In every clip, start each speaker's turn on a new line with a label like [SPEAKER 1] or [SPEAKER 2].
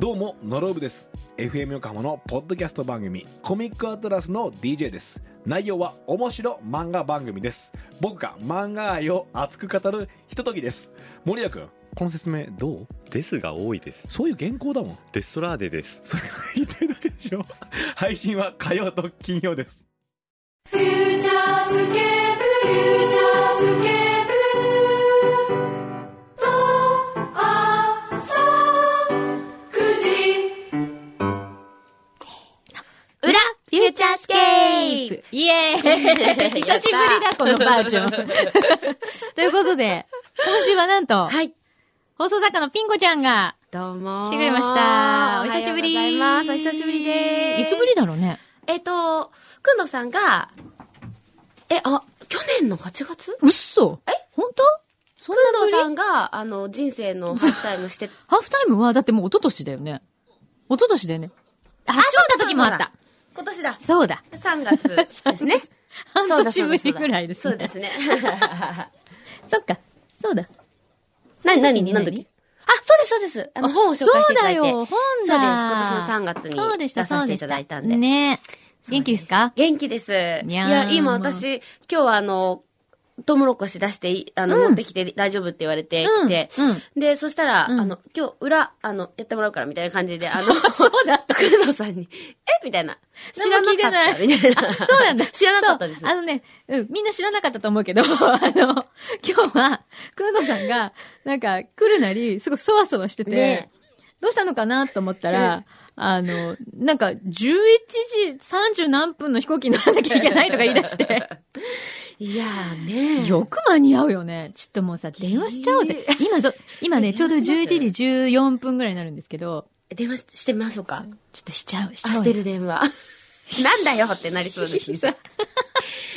[SPEAKER 1] どうもノロブです FM 横浜のポッドキャスト番組コミックアトラスの DJ です内容は面白漫画番組です僕が漫画愛を熱く語るひとときです森谷君この説明どう
[SPEAKER 2] ですが多いです。
[SPEAKER 1] そういう原稿だもん
[SPEAKER 2] デストラーデです。
[SPEAKER 1] それが言いたいだけでしょ配信は火曜と金曜です
[SPEAKER 3] フューチャースケープフューチャースケープと朝9時
[SPEAKER 4] 裏フューチャースケープイ エーイ久しぶりだ、このバージョン。 ということで、今週はなんと、
[SPEAKER 5] はい。
[SPEAKER 4] 放送作家のピンコちゃんが
[SPEAKER 5] どうも。
[SPEAKER 4] 来てくれました。お
[SPEAKER 5] お
[SPEAKER 4] 久
[SPEAKER 5] 久
[SPEAKER 4] し
[SPEAKER 5] し
[SPEAKER 4] ぶ
[SPEAKER 5] ぶ
[SPEAKER 4] り。
[SPEAKER 5] り。お久しぶりでー
[SPEAKER 4] い
[SPEAKER 5] す。
[SPEAKER 4] つぶりだろうね。
[SPEAKER 5] えっ、と、くんどさんが、え、あ、去年の8月
[SPEAKER 4] うっそえ本当そん
[SPEAKER 5] くん
[SPEAKER 4] なぶ
[SPEAKER 5] ど
[SPEAKER 4] り
[SPEAKER 5] さんが、あの、人生のハーフタイムして、
[SPEAKER 4] ハーフタイムは、だってもう一昨年だよね。一昨年だよね。あ、走った時もあった。
[SPEAKER 5] 今年だ。
[SPEAKER 4] そうだ。
[SPEAKER 5] 3月 ですね。
[SPEAKER 4] 半
[SPEAKER 5] そうだ
[SPEAKER 4] 年ぶりぐらいですね。
[SPEAKER 5] そうだそうだそ うですね。
[SPEAKER 4] そっか。そうだ。
[SPEAKER 5] な、なに、
[SPEAKER 4] 何
[SPEAKER 5] なにあ、そうです、そうです。あの、本を紹介していただいて。
[SPEAKER 4] そうだよ、本だ。
[SPEAKER 5] そうです。今年の3月
[SPEAKER 4] そうで
[SPEAKER 5] に
[SPEAKER 4] した
[SPEAKER 5] 出させていただいたんで。
[SPEAKER 4] そうしたね元気ですか
[SPEAKER 5] 元気です。いや、
[SPEAKER 4] にゃー
[SPEAKER 5] 今私、今日はあの、トウモロコシ出してい、あの、持ってきて大丈夫って言われて
[SPEAKER 4] うん
[SPEAKER 5] きて、で、そしたら、あの、今日裏、あの、やってもらうからみたいな感じで、あの、 そうだった。工藤さんに、えみたいな。知らなかった。みたいな。
[SPEAKER 4] そうなん だ。
[SPEAKER 5] 知らなかったです
[SPEAKER 4] そうあのね、うん、みんな知らなかったと思うけど、あ の、今日は、くんどさんが、なんか、来るなり、すごいそわそわしてて、
[SPEAKER 5] ね
[SPEAKER 4] どうしたのかなと思ったら、あの、なんか、11時30何分の飛行機に乗らなきゃいけないとか言い出して、
[SPEAKER 5] いやーね
[SPEAKER 4] よく間に合うよね。ちょっともうさ、電話しちゃおうぜ。今ぞ、今ね、ちょうど11時14分ぐらいになるんですけど、
[SPEAKER 5] 電話してみましょうか。
[SPEAKER 4] ちょっとしちゃう、しち
[SPEAKER 5] あ
[SPEAKER 4] ゃおうよ。
[SPEAKER 5] してる電話。なんだよってなりそう ですね。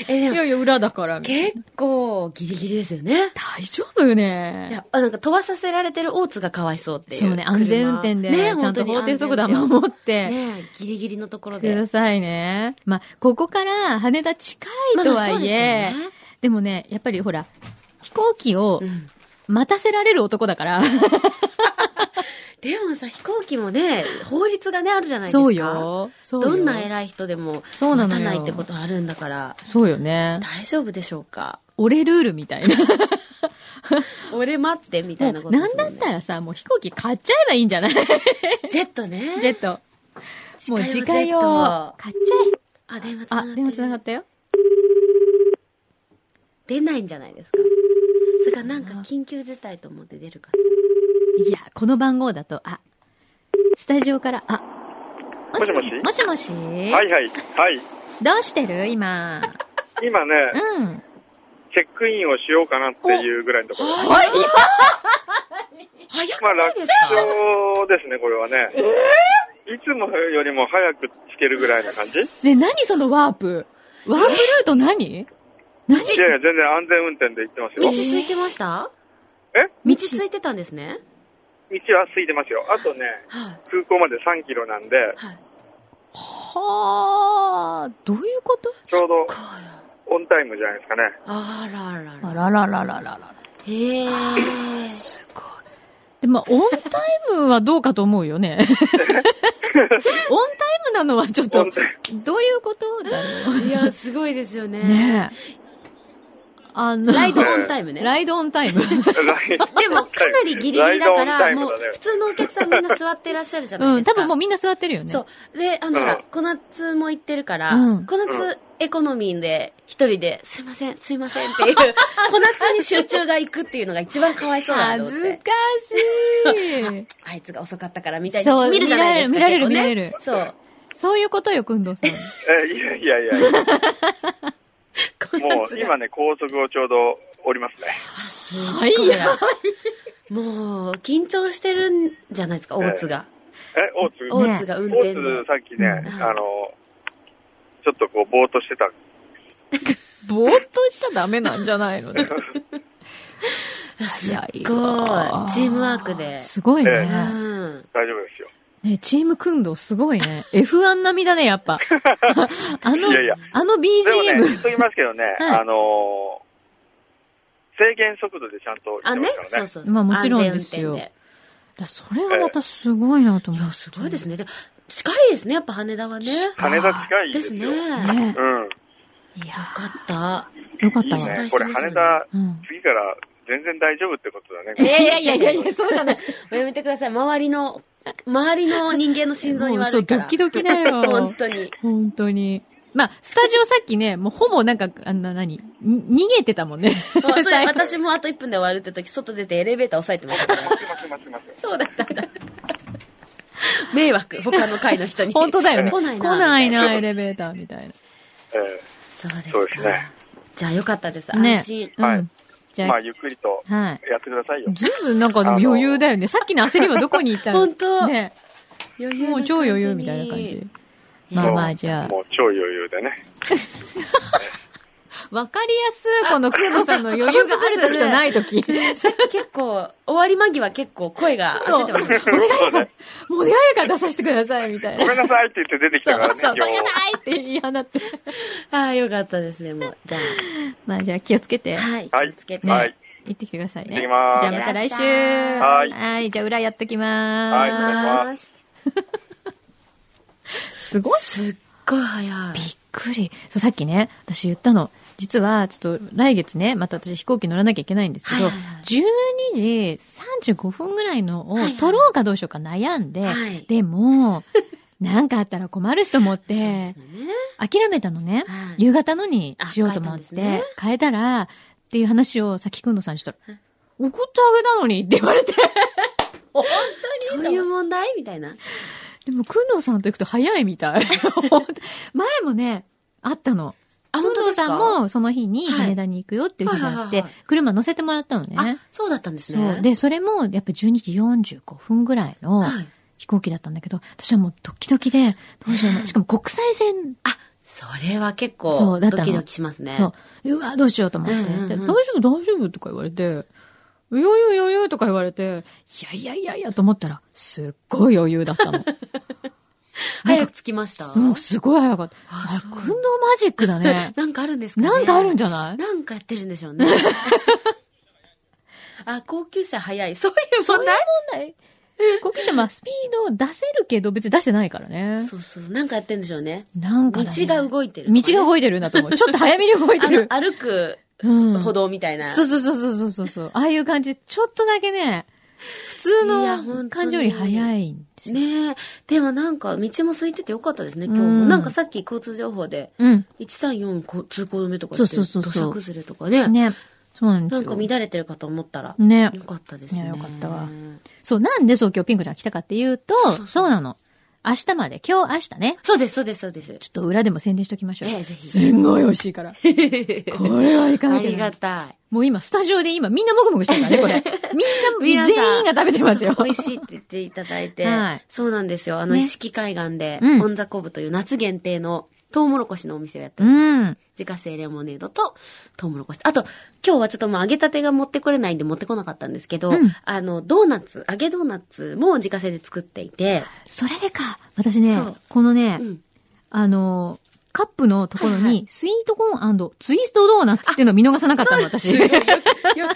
[SPEAKER 5] え、で
[SPEAKER 4] い
[SPEAKER 5] も、
[SPEAKER 4] やいや、裏だから。
[SPEAKER 5] 結構ギリギリですよね。
[SPEAKER 4] 大丈夫よ
[SPEAKER 5] い
[SPEAKER 4] ね。
[SPEAKER 5] や、あなんか飛ばさせられてる大津がかわいそうっていう。
[SPEAKER 4] そうね、安全運転で、
[SPEAKER 5] 車
[SPEAKER 4] ちゃんと法定速度
[SPEAKER 5] ね本当に安全運
[SPEAKER 4] 守っ
[SPEAKER 5] 転
[SPEAKER 4] て、
[SPEAKER 5] ねギリギリのところ
[SPEAKER 4] くだ
[SPEAKER 5] で。
[SPEAKER 4] さいね。まあ、ここから羽田近いとはいえ、
[SPEAKER 5] まあそうですよね
[SPEAKER 4] でもね、やっぱりほら、飛行機を
[SPEAKER 5] ん
[SPEAKER 4] 待たせられる男だから、
[SPEAKER 5] でもさ、飛行機もね、法律がね、あるじゃないですか。
[SPEAKER 4] そう。よ。そうよ
[SPEAKER 5] どんな偉い人でも、
[SPEAKER 4] そうなのよ
[SPEAKER 5] 待たないってことあるんだから、
[SPEAKER 4] そうよね。
[SPEAKER 5] 大丈夫でしょうか
[SPEAKER 4] 俺ルールみたいな。
[SPEAKER 5] 俺待って、みたいな
[SPEAKER 4] も
[SPEAKER 5] こ
[SPEAKER 4] う
[SPEAKER 5] とで
[SPEAKER 4] な
[SPEAKER 5] す
[SPEAKER 4] ん
[SPEAKER 5] も
[SPEAKER 4] だ
[SPEAKER 5] ん
[SPEAKER 4] っ
[SPEAKER 5] ね。
[SPEAKER 4] たらさ、もう飛行機買っちゃえばいいんじゃない ジ
[SPEAKER 5] ジェットね。
[SPEAKER 4] ェット。もう自
[SPEAKER 5] 自家
[SPEAKER 4] 家用
[SPEAKER 5] 用ジェット。
[SPEAKER 4] 買っちゃえ。
[SPEAKER 5] あ、電話つな
[SPEAKER 4] あ
[SPEAKER 5] がって、る
[SPEAKER 4] 電話繋がったよ。
[SPEAKER 5] 出ないんじゃないですか。それかなんか緊急事態と思って出るか
[SPEAKER 4] いや、この番号だと、あ、スタジオから、あ、
[SPEAKER 6] もしもし
[SPEAKER 4] もしもし、は
[SPEAKER 6] はいはい。はい。
[SPEAKER 4] どうしてる今。
[SPEAKER 6] 今ね、
[SPEAKER 4] うん。
[SPEAKER 6] チェックインをしようかなっていうぐらいのところです。
[SPEAKER 5] な。早
[SPEAKER 6] まあ、
[SPEAKER 5] くない
[SPEAKER 6] 楽
[SPEAKER 5] ですか
[SPEAKER 6] 勝ですね、これはね。いつもよりも早く着けるぐらいな感じい
[SPEAKER 4] ね、何そのワープワープルート何何
[SPEAKER 6] やいや、全然安全運転で行ってます
[SPEAKER 5] 道
[SPEAKER 6] よ。
[SPEAKER 5] 空いてました
[SPEAKER 6] え
[SPEAKER 5] 道空いてたんですね。
[SPEAKER 6] 道は空いてますよ。あとね、
[SPEAKER 5] はい。
[SPEAKER 6] 空港まで3キロなんで、
[SPEAKER 5] はい。
[SPEAKER 4] はあ、どういうこと
[SPEAKER 6] ちょうど
[SPEAKER 5] こうよ
[SPEAKER 6] オンタイムじゃないですかね。
[SPEAKER 5] あららら
[SPEAKER 4] あ
[SPEAKER 5] ら。
[SPEAKER 4] らららららら。
[SPEAKER 5] へえ。
[SPEAKER 4] すごい。で、まあ、オンタイムはどうかと思う よね。オンタイムなのはちょっ
[SPEAKER 6] オ
[SPEAKER 4] と
[SPEAKER 6] ン、タイム
[SPEAKER 4] どういうことだろう。
[SPEAKER 5] いや、すごいですよね。
[SPEAKER 4] ねえ。あの、
[SPEAKER 5] ライドオンタイムね。
[SPEAKER 4] ライドオンタイム。
[SPEAKER 5] でも、かなりギリギリだか
[SPEAKER 6] ラ
[SPEAKER 5] ら、
[SPEAKER 6] イドオンタイム
[SPEAKER 5] もう
[SPEAKER 6] だね、
[SPEAKER 5] 普通のお客さんみんな座ってらっしゃるじゃない
[SPEAKER 4] うん、
[SPEAKER 5] です
[SPEAKER 4] 多
[SPEAKER 5] か。
[SPEAKER 4] 分もう
[SPEAKER 5] う、
[SPEAKER 4] みんな座ってるよね。
[SPEAKER 5] そう。で、あの、
[SPEAKER 6] うん
[SPEAKER 5] ほら、小夏も行ってるから、
[SPEAKER 4] うん
[SPEAKER 5] 小
[SPEAKER 6] う
[SPEAKER 5] 夏エコノミーで、一人で、すいません、すいませんって いう、小夏に集中が行くっていうのが一番かわいそうなんだ
[SPEAKER 4] 恥
[SPEAKER 5] と思っ
[SPEAKER 4] ず
[SPEAKER 5] て。
[SPEAKER 4] かしい。
[SPEAKER 5] あいつが遅かったからみたい
[SPEAKER 4] そう
[SPEAKER 5] に見るじゃないですか。
[SPEAKER 4] 見られる
[SPEAKER 5] 結構ね
[SPEAKER 4] 見られる見られる
[SPEAKER 5] そう。
[SPEAKER 4] そういうことよ、くんどうさん。
[SPEAKER 6] えいやいやいやいや、
[SPEAKER 5] 小夏が
[SPEAKER 6] もう今ね、高速をちょうど降りますね。
[SPEAKER 4] はいや。
[SPEAKER 5] もう、緊張してるんじゃないですか、大津が。
[SPEAKER 6] え、大津
[SPEAKER 5] 大津が運
[SPEAKER 6] 大
[SPEAKER 5] 転
[SPEAKER 6] 津
[SPEAKER 5] で。
[SPEAKER 6] さっきね、
[SPEAKER 5] ん
[SPEAKER 6] あの、ちょっとこう、ぼーっとしてた。
[SPEAKER 4] ぼーっとしちゃダメなんじゃないのね。
[SPEAKER 5] すっごい。チ
[SPEAKER 4] わ
[SPEAKER 5] ームワークで。
[SPEAKER 4] すごい
[SPEAKER 6] え
[SPEAKER 5] う
[SPEAKER 4] ね。
[SPEAKER 5] ん。
[SPEAKER 6] 大丈夫ですよ。
[SPEAKER 4] ね、チームくんどうすごいね。F1 並みだね、や っぱ。あの
[SPEAKER 6] いやいや、
[SPEAKER 4] あ
[SPEAKER 6] で
[SPEAKER 4] の
[SPEAKER 6] もね、言
[SPEAKER 4] BGM
[SPEAKER 6] っ。ときますけどね、
[SPEAKER 4] はい
[SPEAKER 6] あのー制限速度でちゃんと行
[SPEAKER 5] あ、
[SPEAKER 6] って
[SPEAKER 5] ね
[SPEAKER 6] ま。すか
[SPEAKER 5] そ
[SPEAKER 6] らね。
[SPEAKER 5] うそうそう。
[SPEAKER 4] まあもちろんですよ
[SPEAKER 5] 安全運転。
[SPEAKER 4] やそれがまたすごいなと思う。
[SPEAKER 5] すごいですね。で近いですね、やっぱ羽田はね。
[SPEAKER 6] 羽田近いん
[SPEAKER 5] で
[SPEAKER 6] ですす
[SPEAKER 5] ね。
[SPEAKER 6] よ。
[SPEAKER 5] よ
[SPEAKER 4] ね
[SPEAKER 6] うん。
[SPEAKER 4] いや、
[SPEAKER 5] かった。
[SPEAKER 4] よかっ
[SPEAKER 6] い
[SPEAKER 4] た
[SPEAKER 6] いね。
[SPEAKER 4] わ。
[SPEAKER 5] 失敗してます
[SPEAKER 6] これ羽田、
[SPEAKER 4] うん
[SPEAKER 6] 次から全然大丈夫ってことだね。
[SPEAKER 5] いやいやいやいやいや、そうじゃない。おやめてください。周りの、周りの人間の心臓に
[SPEAKER 4] もう
[SPEAKER 5] 悪
[SPEAKER 4] そう、
[SPEAKER 5] いか
[SPEAKER 4] ド
[SPEAKER 5] ら。
[SPEAKER 4] キドキだよ。
[SPEAKER 5] 本当に。
[SPEAKER 4] 本当に。まあ、スタジオさっきね、もうほぼなんか、あの、何、に逃げてたもんね。
[SPEAKER 5] あそ れ
[SPEAKER 4] 最後
[SPEAKER 5] 私もあと1分で終わるって時、外出てエレベーター押さえてましたから。
[SPEAKER 6] すいません、すいませんすいません。
[SPEAKER 5] そうだったんだ。迷惑、他の階の人に。
[SPEAKER 4] 本当だよね。
[SPEAKER 5] 来ないな。
[SPEAKER 4] 来ない
[SPEAKER 5] みたい
[SPEAKER 4] な、エレベーターみたい
[SPEAKER 6] え
[SPEAKER 5] そうですか。
[SPEAKER 6] そうですね
[SPEAKER 5] じゃあよかったです。
[SPEAKER 4] な。ね
[SPEAKER 5] 安心。。
[SPEAKER 4] う
[SPEAKER 6] はい
[SPEAKER 4] ん。じ
[SPEAKER 6] え
[SPEAKER 4] ゃ
[SPEAKER 6] まあ、ゆっくりと
[SPEAKER 4] あ、はい。
[SPEAKER 6] やってくださいよ。
[SPEAKER 4] ずいぶんなんかでも余裕だよね。さっきの焦りはどこにいたの
[SPEAKER 5] 本当
[SPEAKER 4] ね。
[SPEAKER 5] 余裕な感じに
[SPEAKER 4] もう超余裕みたいな感じ。。ま
[SPEAKER 6] も
[SPEAKER 4] あ
[SPEAKER 6] う
[SPEAKER 4] まあ、じゃあ。
[SPEAKER 6] もう超余裕でね。
[SPEAKER 4] わかりやすい、この工藤さんの余裕がある時とない時。
[SPEAKER 5] さっき結構、終わり間際結構声が焦ってましたね。
[SPEAKER 6] そうね。
[SPEAKER 4] もう出会いから出させてください、みたいな。
[SPEAKER 6] ごめんなさいって言って出てき
[SPEAKER 4] そ
[SPEAKER 6] たから
[SPEAKER 4] う
[SPEAKER 6] ね、
[SPEAKER 4] そう、
[SPEAKER 6] 今
[SPEAKER 4] ご
[SPEAKER 6] 日
[SPEAKER 4] めんなさいって言い放って。
[SPEAKER 5] ああ、よかったですね、もう。じゃ
[SPEAKER 4] まあじゃあ気をつけて。
[SPEAKER 5] あ。はい。
[SPEAKER 6] はい
[SPEAKER 5] 気をつけて。
[SPEAKER 4] ね
[SPEAKER 6] はい。
[SPEAKER 4] 行ってきてくださいね。
[SPEAKER 6] 行ってきます
[SPEAKER 4] じゃあまた来週。
[SPEAKER 5] はい
[SPEAKER 4] はい。じゃあ裏やっときま
[SPEAKER 6] はい、
[SPEAKER 4] ー
[SPEAKER 6] お
[SPEAKER 4] す。
[SPEAKER 6] 願いします。
[SPEAKER 4] すごい。
[SPEAKER 5] すっごい早い
[SPEAKER 4] び。っくり。そう、さっきね、私言ったの。実は、ちょっと来月ね、また私飛行機乗らなきゃいけないんですけど、
[SPEAKER 5] はいはいは
[SPEAKER 4] 12時35分ぐらいのを
[SPEAKER 5] はいはい
[SPEAKER 4] 取ろうかどうしようか悩んで、
[SPEAKER 5] はい
[SPEAKER 4] でも、 なんかあったら困るしと思っ
[SPEAKER 5] そう
[SPEAKER 4] て
[SPEAKER 5] です、よね。
[SPEAKER 4] 諦めたのね、
[SPEAKER 5] はい
[SPEAKER 4] 夕方のにしようと思っ
[SPEAKER 5] あ変
[SPEAKER 4] て
[SPEAKER 5] えたんで、
[SPEAKER 4] 変えたら、っていう話をさきくんどさんにしたら、送ってあげたのにって言われて。
[SPEAKER 5] そういう問題みたいな。
[SPEAKER 4] でも、くんどうさんと行くと早いみたい。 前もね、あったの。
[SPEAKER 5] あ
[SPEAKER 4] くんどうさん
[SPEAKER 5] 本当
[SPEAKER 4] もその日に
[SPEAKER 5] はい
[SPEAKER 4] 羽田に行くよっていう日があっ
[SPEAKER 5] はいはい
[SPEAKER 4] て
[SPEAKER 5] はいはい、
[SPEAKER 4] 車乗せてもらったのね
[SPEAKER 5] あ。、そうだったんですね。
[SPEAKER 4] そう。で、それもやっぱ12時45分ぐらいの
[SPEAKER 5] はい
[SPEAKER 4] 飛行機だったんだけど、私はもうドキドキで、どうしよう も。しかも国際線
[SPEAKER 5] あ、それは結
[SPEAKER 4] そ
[SPEAKER 5] 構、
[SPEAKER 4] うだった
[SPEAKER 5] ド
[SPEAKER 4] の
[SPEAKER 5] キドキしますね。
[SPEAKER 4] そう。うわ、どうしようと思って。
[SPEAKER 5] うんうんうん
[SPEAKER 4] で大丈夫、大丈夫とか言われて、うよよよよとか言われて、いやいやいやいやと思ったら、すっごい余裕だった の。
[SPEAKER 5] 早く着きました。
[SPEAKER 4] もうすごい早かった。
[SPEAKER 5] あ
[SPEAKER 4] あ、
[SPEAKER 5] そう。
[SPEAKER 4] くんどうマジックだね
[SPEAKER 5] なんかあるんですかね
[SPEAKER 4] なんかあるんじゃない
[SPEAKER 5] なんかやってるんでしょうね。あ、高級車早い。そうい う
[SPEAKER 4] そ
[SPEAKER 5] 問
[SPEAKER 4] んな
[SPEAKER 5] 題
[SPEAKER 4] 問題高級車、まあ、スピードを出せるけど、別に出してないからね。
[SPEAKER 5] そうそう。なんかやってるんでしょうね。
[SPEAKER 4] なんか
[SPEAKER 5] 道
[SPEAKER 4] だね、
[SPEAKER 5] が動いてる。
[SPEAKER 4] 道が動いてるんだと 思う。ちょっと早めに動いてる。
[SPEAKER 5] あの歩く
[SPEAKER 4] うん
[SPEAKER 5] 歩道みたいな。
[SPEAKER 4] そうそうそうそうそうそう。ああいう感じで、ちょっとだけね、普通
[SPEAKER 5] いや本当
[SPEAKER 4] の
[SPEAKER 5] に
[SPEAKER 4] 感情より早いんですよ。
[SPEAKER 5] ねえ。でもなんか、道も空いててよかったですね、今日
[SPEAKER 4] う
[SPEAKER 5] も。
[SPEAKER 4] ん
[SPEAKER 5] なんかさっき交通情報で、
[SPEAKER 4] うん。
[SPEAKER 5] 134こ通行止めとか言って
[SPEAKER 4] そうそうそうそう
[SPEAKER 5] 土砂崩れとかね。
[SPEAKER 4] ね。そうなんです
[SPEAKER 5] な
[SPEAKER 4] よ。
[SPEAKER 5] んか乱れてるかと思ったら。
[SPEAKER 4] ね。
[SPEAKER 5] よかったですね。
[SPEAKER 4] いやよかったわそう、なんでそう今日ピンクちゃん来たかっていうと、そうなの。明日まで、今日明日ね。
[SPEAKER 5] そうです、そうです、そうです。
[SPEAKER 4] ちょっと裏でも宣伝しときましょう。
[SPEAKER 5] ええぜひ
[SPEAKER 4] すんごい美味しいから。これは行かな
[SPEAKER 5] あ
[SPEAKER 4] きゃい
[SPEAKER 5] り
[SPEAKER 4] けな
[SPEAKER 5] が
[SPEAKER 4] い。
[SPEAKER 5] たい。
[SPEAKER 4] もう今、スタジオで今、みんなもぐもぐしてるからね、これ。 みんな、
[SPEAKER 5] 皆さん
[SPEAKER 4] 全員が食べてますよ。
[SPEAKER 5] 美味しいって言っていただいて
[SPEAKER 4] はい。
[SPEAKER 5] そうなんですよ。あの、
[SPEAKER 4] ね
[SPEAKER 5] 一色海岸で、
[SPEAKER 4] うん
[SPEAKER 5] オンザコブという夏限定のトウモロコシのお店をやって
[SPEAKER 4] う
[SPEAKER 5] おります。
[SPEAKER 4] ん。
[SPEAKER 5] 自家製レモネードとトウモロコシ。あと、今日はちょっともう揚げたてが持ってこれないんで持ってこなかったんですけど、
[SPEAKER 4] うん
[SPEAKER 5] あの、ドーナツ、揚げドーナツも自家製で作っていて、
[SPEAKER 4] それでか、私ね
[SPEAKER 5] そう、
[SPEAKER 4] このね
[SPEAKER 5] う、ん。
[SPEAKER 4] あの、カップのところ
[SPEAKER 5] はいはい
[SPEAKER 4] に、スイートコーンツイストドーナツっていうのを見逃さなかったの、私。
[SPEAKER 5] よ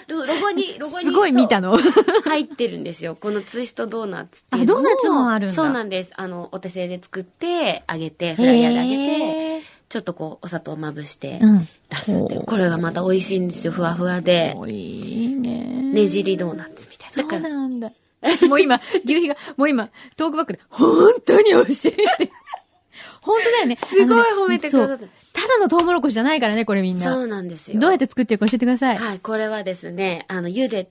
[SPEAKER 5] ロゴに、ロゴに。
[SPEAKER 4] すごい見たの。
[SPEAKER 5] 入ってるんですよ。このツイストドーナツっていう
[SPEAKER 4] あ
[SPEAKER 5] のを
[SPEAKER 4] ドーナツもあるんだ
[SPEAKER 5] そうなんです。あの、お手製で作って、揚げて、フライヤーで揚げて、
[SPEAKER 4] へー
[SPEAKER 5] ちょっとこう、お砂糖をまぶして、
[SPEAKER 4] うん。
[SPEAKER 5] 出すっていう。これがまた美味しいんですよ。ふわふわで。
[SPEAKER 4] おいいね。
[SPEAKER 5] ねじりドーナツみたいな。
[SPEAKER 4] そう
[SPEAKER 5] だから
[SPEAKER 4] なんだ。 もう今、牛皮が、もう今、トークバックで、本当に美味しいって。 本当だよね。す
[SPEAKER 5] ごい褒めてくださった
[SPEAKER 4] ただのトウモロコシじゃないからね、これみんな。
[SPEAKER 5] そうなんですよ。
[SPEAKER 4] どうやって作ってるか教えてください。
[SPEAKER 5] はい、これはですね、あの、茹で、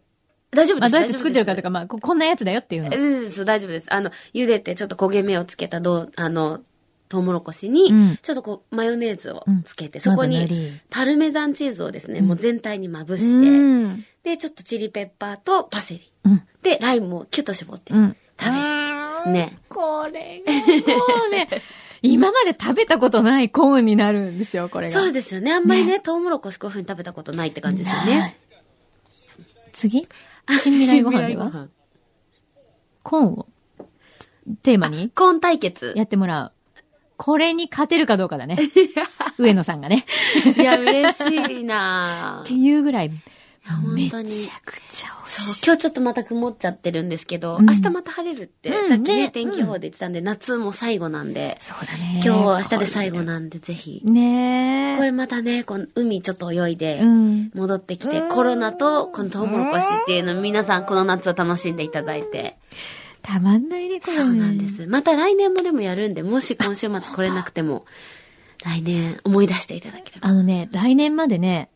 [SPEAKER 5] 大丈夫で
[SPEAKER 4] あ、
[SPEAKER 5] す。
[SPEAKER 4] どうやって作ってるかと
[SPEAKER 5] か。
[SPEAKER 4] か、まあ、ここんなやつだよっていうの。
[SPEAKER 5] うん、そう、大丈夫です。あの、茹でてちょっと焦げ目をつけたどう、あの、トウモロコシに
[SPEAKER 4] うん、
[SPEAKER 5] ちょっとこう、マヨネーズをつけ
[SPEAKER 4] う
[SPEAKER 5] て、
[SPEAKER 4] ん
[SPEAKER 5] そこ
[SPEAKER 4] まず塗り
[SPEAKER 5] に、パルメザンチーズをですね、もう全体にまぶ
[SPEAKER 4] う
[SPEAKER 5] して、
[SPEAKER 4] ん。
[SPEAKER 5] で、ちょっとチリペッパーとパセリ。
[SPEAKER 4] うん。
[SPEAKER 5] で、ライムをキュッと絞って、
[SPEAKER 4] う
[SPEAKER 5] 食
[SPEAKER 4] ん。
[SPEAKER 5] べる。ね。
[SPEAKER 4] これが、もうね、今まで食べたことないコーンになるんですよ、これが。
[SPEAKER 5] そうですよね。あんまりね、トウモロコシこういう風に食べたことないって感じですよね。
[SPEAKER 4] 次新未来ご飯では
[SPEAKER 5] は
[SPEAKER 4] コーンをテーマに
[SPEAKER 5] コーン対決。
[SPEAKER 4] やってもらう。これに勝てるかどうかだね。上野さんがね。
[SPEAKER 5] いや、嬉しいない
[SPEAKER 4] っ
[SPEAKER 5] ぁ
[SPEAKER 4] ていうぐらい、
[SPEAKER 5] や、本当に。
[SPEAKER 4] くちゃ美味
[SPEAKER 5] そう、今日ちょっとまた曇っちゃってるんですけど、
[SPEAKER 4] うん
[SPEAKER 5] 明日また晴れるって、
[SPEAKER 4] うん
[SPEAKER 5] さっき
[SPEAKER 4] ね
[SPEAKER 5] ね、天気予報で言ってたんで、夏も最後なんで、
[SPEAKER 4] そうだね。
[SPEAKER 5] 今日明日で最後なんで、ぜひ。
[SPEAKER 4] ねえ。
[SPEAKER 5] これまたね、この海ちょっと泳いで
[SPEAKER 4] う、ん。
[SPEAKER 5] 戻ってきて、
[SPEAKER 4] うん
[SPEAKER 5] コロナとこのトウモロコシっていうの皆さんこの夏は楽しんでいただいて。
[SPEAKER 4] たまんないね、これ、ね。
[SPEAKER 5] そうなんで。す。また来年もでもやるんで、もし今週末来れなくても、 来年思い出していただければ。
[SPEAKER 4] あのね、来年までね、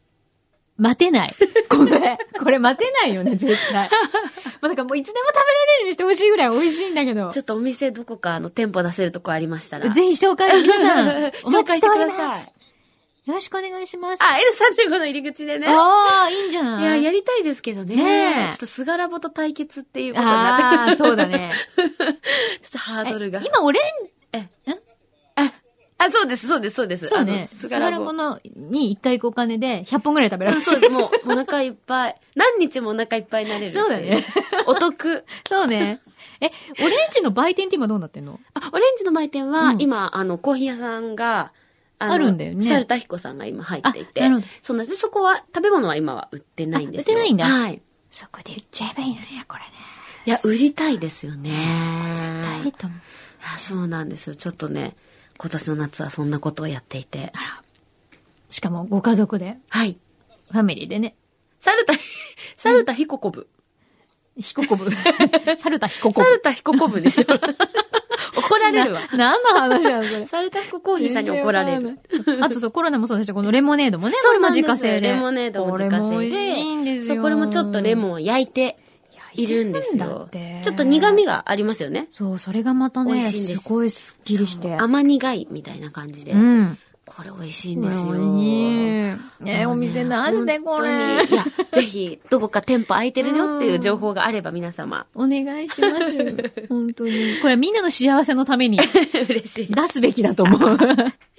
[SPEAKER 4] 待て ない。これ、これ待てないよね、絶対。 まあ、だからもういつでも食べられるようにしてほしいぐらい美味しいんだけど。
[SPEAKER 5] ちょっとお店どこかあの店舗出せるとこありましたら。
[SPEAKER 4] ぜひ紹介、皆さ ん、お
[SPEAKER 5] 紹
[SPEAKER 4] 待ち
[SPEAKER 5] 介
[SPEAKER 4] し
[SPEAKER 5] してて
[SPEAKER 4] お
[SPEAKER 5] く
[SPEAKER 4] り
[SPEAKER 5] だ
[SPEAKER 4] ま
[SPEAKER 5] さい
[SPEAKER 4] す。。よろしくお願いします。
[SPEAKER 5] あ、L35 の入り口でね。
[SPEAKER 4] あー、いいんじゃない
[SPEAKER 5] いや、やりたいですけどね。
[SPEAKER 4] ねえ
[SPEAKER 5] ちょっとすがらぼと対決っていうことになって
[SPEAKER 4] あー、そうだ ね。
[SPEAKER 5] ちょっとハードルが
[SPEAKER 4] え。今、オレン、
[SPEAKER 5] え
[SPEAKER 4] ん
[SPEAKER 5] あ、そうです、そうです、そうです。
[SPEAKER 4] そうね。
[SPEAKER 5] す
[SPEAKER 4] す
[SPEAKER 5] が
[SPEAKER 4] が
[SPEAKER 5] ら
[SPEAKER 4] ら
[SPEAKER 5] ぼ
[SPEAKER 4] も。のに一回行くお金で100本ぐらい食べられ
[SPEAKER 5] うん
[SPEAKER 4] る。
[SPEAKER 5] そうです、もうお腹いっぱい。何日もお腹いっぱいになれるってい。
[SPEAKER 4] そうだね。
[SPEAKER 5] お得。
[SPEAKER 4] そう ね。え、オレンジの売店って今どうなってんの
[SPEAKER 5] あ、オレンジの売店は、
[SPEAKER 4] うん
[SPEAKER 5] 今、あの、コーヒー屋さんが、の
[SPEAKER 4] あるんだよね
[SPEAKER 5] 猿田彦さんが今入っていて。
[SPEAKER 4] あなるほど
[SPEAKER 5] そうなんです。そこは、食べ物は今は売ってないんですよ。
[SPEAKER 4] あ売ってないんだ
[SPEAKER 5] はい。
[SPEAKER 4] そこで売っちゃえばいいのね、これね。
[SPEAKER 5] いや、売りたいですよね。
[SPEAKER 4] 大変と思う。
[SPEAKER 5] あそうなんですよ。ちょっとね、今年の夏はそんなことをやっていて。
[SPEAKER 4] しかもご家族で、
[SPEAKER 5] はい。
[SPEAKER 4] ファミリーで ね。
[SPEAKER 5] 猿田、猿田彦こぶ。
[SPEAKER 4] ヒココブ。サルタヒココ
[SPEAKER 5] 猿
[SPEAKER 4] ブ。
[SPEAKER 5] 田彦こぶにし よう。怒られるわ。
[SPEAKER 4] 何の話なのそれ。
[SPEAKER 5] 猿田彦コーヒーさんに怒られる。
[SPEAKER 4] あとそう、コロナもそうでしょ。このレモネードもね。
[SPEAKER 5] そう
[SPEAKER 4] これも
[SPEAKER 5] なんです
[SPEAKER 4] 自家製で。
[SPEAKER 5] レモネードも自家
[SPEAKER 4] これも
[SPEAKER 5] 製
[SPEAKER 4] 美味しいんで
[SPEAKER 5] で。
[SPEAKER 4] す
[SPEAKER 5] そ
[SPEAKER 4] よ。
[SPEAKER 5] う、これもちょっとレモンを焼いているんです
[SPEAKER 4] 焼いてるんだ
[SPEAKER 5] よ
[SPEAKER 4] っ。て
[SPEAKER 5] ちょっと苦味がありますよね。
[SPEAKER 4] そう、それがまたね、
[SPEAKER 5] 美味しいんです
[SPEAKER 4] すごいスッキリして。
[SPEAKER 5] 甘苦いみたいな感じで。
[SPEAKER 4] うん。
[SPEAKER 5] これ美味しいんですよ。
[SPEAKER 4] これ美味しい。
[SPEAKER 5] もうね
[SPEAKER 4] え、お店なしてこれ
[SPEAKER 5] 本当に。いや、ぜひ、どこか店舗空いてるよっていう情報があれば皆様。
[SPEAKER 4] お願いします。本当 に。これはみんなの幸せのために出
[SPEAKER 5] 嬉しい。
[SPEAKER 4] すべきだと思う。 本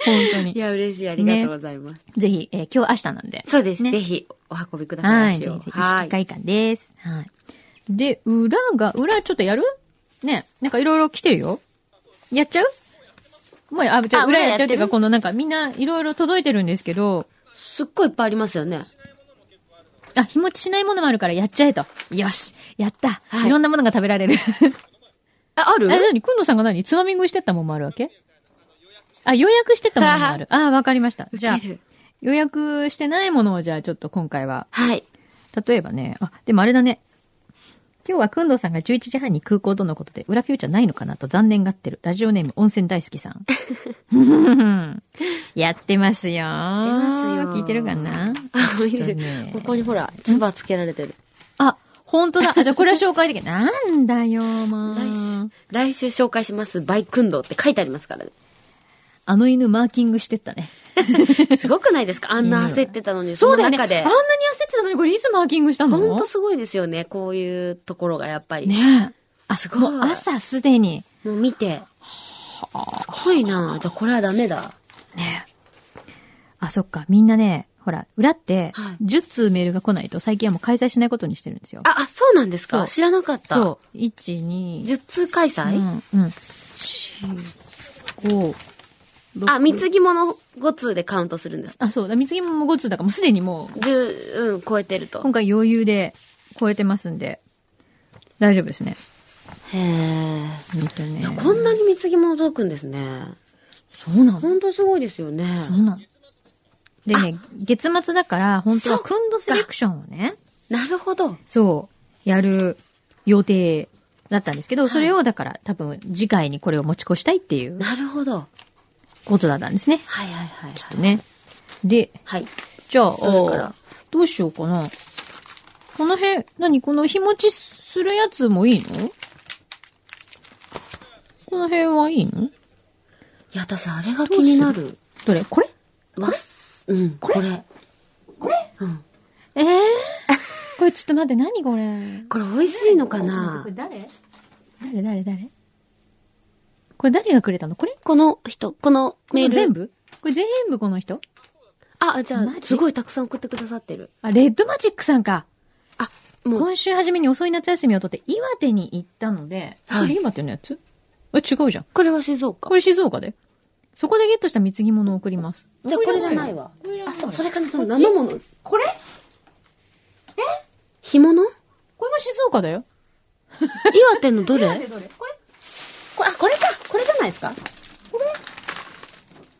[SPEAKER 4] 当
[SPEAKER 5] い
[SPEAKER 4] に。
[SPEAKER 5] や、嬉しい。ありがとうございます。
[SPEAKER 4] ぜひ、えー今日明日なんで。
[SPEAKER 5] そうです。
[SPEAKER 4] ね
[SPEAKER 5] ぜひ、お運びくださ。
[SPEAKER 4] はいい。ぜ
[SPEAKER 5] 足を
[SPEAKER 4] ひぜひ、意
[SPEAKER 5] は
[SPEAKER 4] 識
[SPEAKER 5] い。
[SPEAKER 4] 会館です。はい。で、裏が、裏ちょっとやるね。なんかいろいろ来てるよ。やっちゃうもうや、あ、じゃあ
[SPEAKER 5] あ
[SPEAKER 4] 裏
[SPEAKER 5] 裏や
[SPEAKER 4] やっ
[SPEAKER 5] っ
[SPEAKER 4] ちゃ
[SPEAKER 5] て
[SPEAKER 4] うっ
[SPEAKER 5] る
[SPEAKER 4] ていうか、このなんかみんないろいろ届いてるんですけど、
[SPEAKER 5] すっごいいっぱいありますよね。
[SPEAKER 4] あ、日持ちしないものもあるからやっちゃえと。よしやった、、
[SPEAKER 5] はいい
[SPEAKER 4] ろんなものが食べられる。
[SPEAKER 5] あ、あ
[SPEAKER 4] あ
[SPEAKER 5] る
[SPEAKER 4] れ何くんのさんが何つまみ食いしてったもんもあるわけあ、予約してったものも ある。あー、わかりました。じゃあ
[SPEAKER 5] ウケる、
[SPEAKER 4] 予約してないものをじゃあちょっと今回は
[SPEAKER 5] はい。
[SPEAKER 4] 例えばね、あ、でもあれだね。今日はくんどうさんが11時半に空港とのことで、裏フューチャーないのかなと残念がってる。ラジオネーム温泉大好きさん。 やってますよ。
[SPEAKER 5] ってますよ
[SPEAKER 4] 聞いてるかな
[SPEAKER 5] あ、見
[SPEAKER 4] ちょ
[SPEAKER 5] て
[SPEAKER 4] っとね
[SPEAKER 5] る。ここにほら、つばつけられてる。
[SPEAKER 4] あ、本当だ。あ、じゃあこれは紹介できない。なんだよ、もう。
[SPEAKER 5] 来週紹介します、バイクンドって書いてありますからね。
[SPEAKER 4] あの犬マーキングしてったね。
[SPEAKER 5] すごくないですかあんな焦ってたのに、その中で
[SPEAKER 4] あんなに。焦ってたのにこれいつマーキングしたの
[SPEAKER 5] ほんとすごいですよね、こういうところがやっぱり。
[SPEAKER 4] ねえ。あ、す
[SPEAKER 5] す
[SPEAKER 4] ご
[SPEAKER 5] ご
[SPEAKER 4] い
[SPEAKER 5] い。
[SPEAKER 4] 朝すでに。
[SPEAKER 5] もう見て。すごいなじゃあこれはダメだ。
[SPEAKER 4] ねあ、そっか。みんなね、ほら、裏って
[SPEAKER 5] はい、
[SPEAKER 4] 10通メールが来ないと最近はもう開催しないことにしてるんですよ。
[SPEAKER 5] あ、あ、そうなんです
[SPEAKER 4] そう
[SPEAKER 5] か知らなかった。
[SPEAKER 4] そう。1、2、
[SPEAKER 5] 10通開催、
[SPEAKER 4] 3うん。4、5、6。
[SPEAKER 5] あ、貢ぎ物5通でカウントするんです。
[SPEAKER 4] あ、そうだ。三つぎも5通だから、もうすでにもう、
[SPEAKER 5] 10、うん、超えてると。
[SPEAKER 4] 今回余裕で超えてますんで、大丈夫ですね。
[SPEAKER 5] へえ。
[SPEAKER 4] 本当ね。
[SPEAKER 5] こんなに貢ぎ物届くんですね。
[SPEAKER 4] そうなの
[SPEAKER 5] ほんとすごいですよね。
[SPEAKER 4] そうなのでね、月末だから、本当は
[SPEAKER 5] そっ
[SPEAKER 4] くんどセレクションをね、
[SPEAKER 5] なるほど。
[SPEAKER 4] そう、やる予定だったんですけど、それをだから多分次回にこれを持ち越したいっていう
[SPEAKER 5] なるほど。
[SPEAKER 4] ことだったんですね。
[SPEAKER 5] はいはいはい、
[SPEAKER 4] きっとね。で、
[SPEAKER 5] はい。
[SPEAKER 4] じゃあ、
[SPEAKER 5] どれから
[SPEAKER 4] どうしようかな。この辺、何この日持ちするやつもいいのこの辺はいいの
[SPEAKER 5] いや、私、あれが気になる。
[SPEAKER 4] どれこれ
[SPEAKER 5] わっす。うん、これ。
[SPEAKER 4] これ
[SPEAKER 5] うん。
[SPEAKER 4] ええー、 これちょっと待って、何これ
[SPEAKER 5] これ美味しいのかな
[SPEAKER 4] 誰誰誰誰これ誰がくれたのこれ
[SPEAKER 5] この人、このメール。
[SPEAKER 4] 全部これ全部この人
[SPEAKER 5] あ、じゃあ
[SPEAKER 4] マ、ジ
[SPEAKER 5] すごいたくさん送ってくださってる。
[SPEAKER 4] あ、レッドマジックさんか。
[SPEAKER 5] あ、もう、
[SPEAKER 4] 今週初めに遅い夏休みを取って岩手に行ったので、
[SPEAKER 5] はい
[SPEAKER 4] これ岩手のやつあ、違うじゃん。
[SPEAKER 5] これは静岡
[SPEAKER 4] こ。れ静岡で。そこでゲットした貢ぎ物を送ります。
[SPEAKER 5] じゃあ、これじゃない
[SPEAKER 4] わ。
[SPEAKER 5] わ
[SPEAKER 4] これじゃ。な
[SPEAKER 5] あ、
[SPEAKER 4] い
[SPEAKER 5] そう、それかな、その生もの。
[SPEAKER 4] これえ
[SPEAKER 5] 干 物
[SPEAKER 4] これも静岡だよ。
[SPEAKER 5] 岩手のどれ
[SPEAKER 4] どれこれ
[SPEAKER 5] これ、あ、これか。これじゃないですか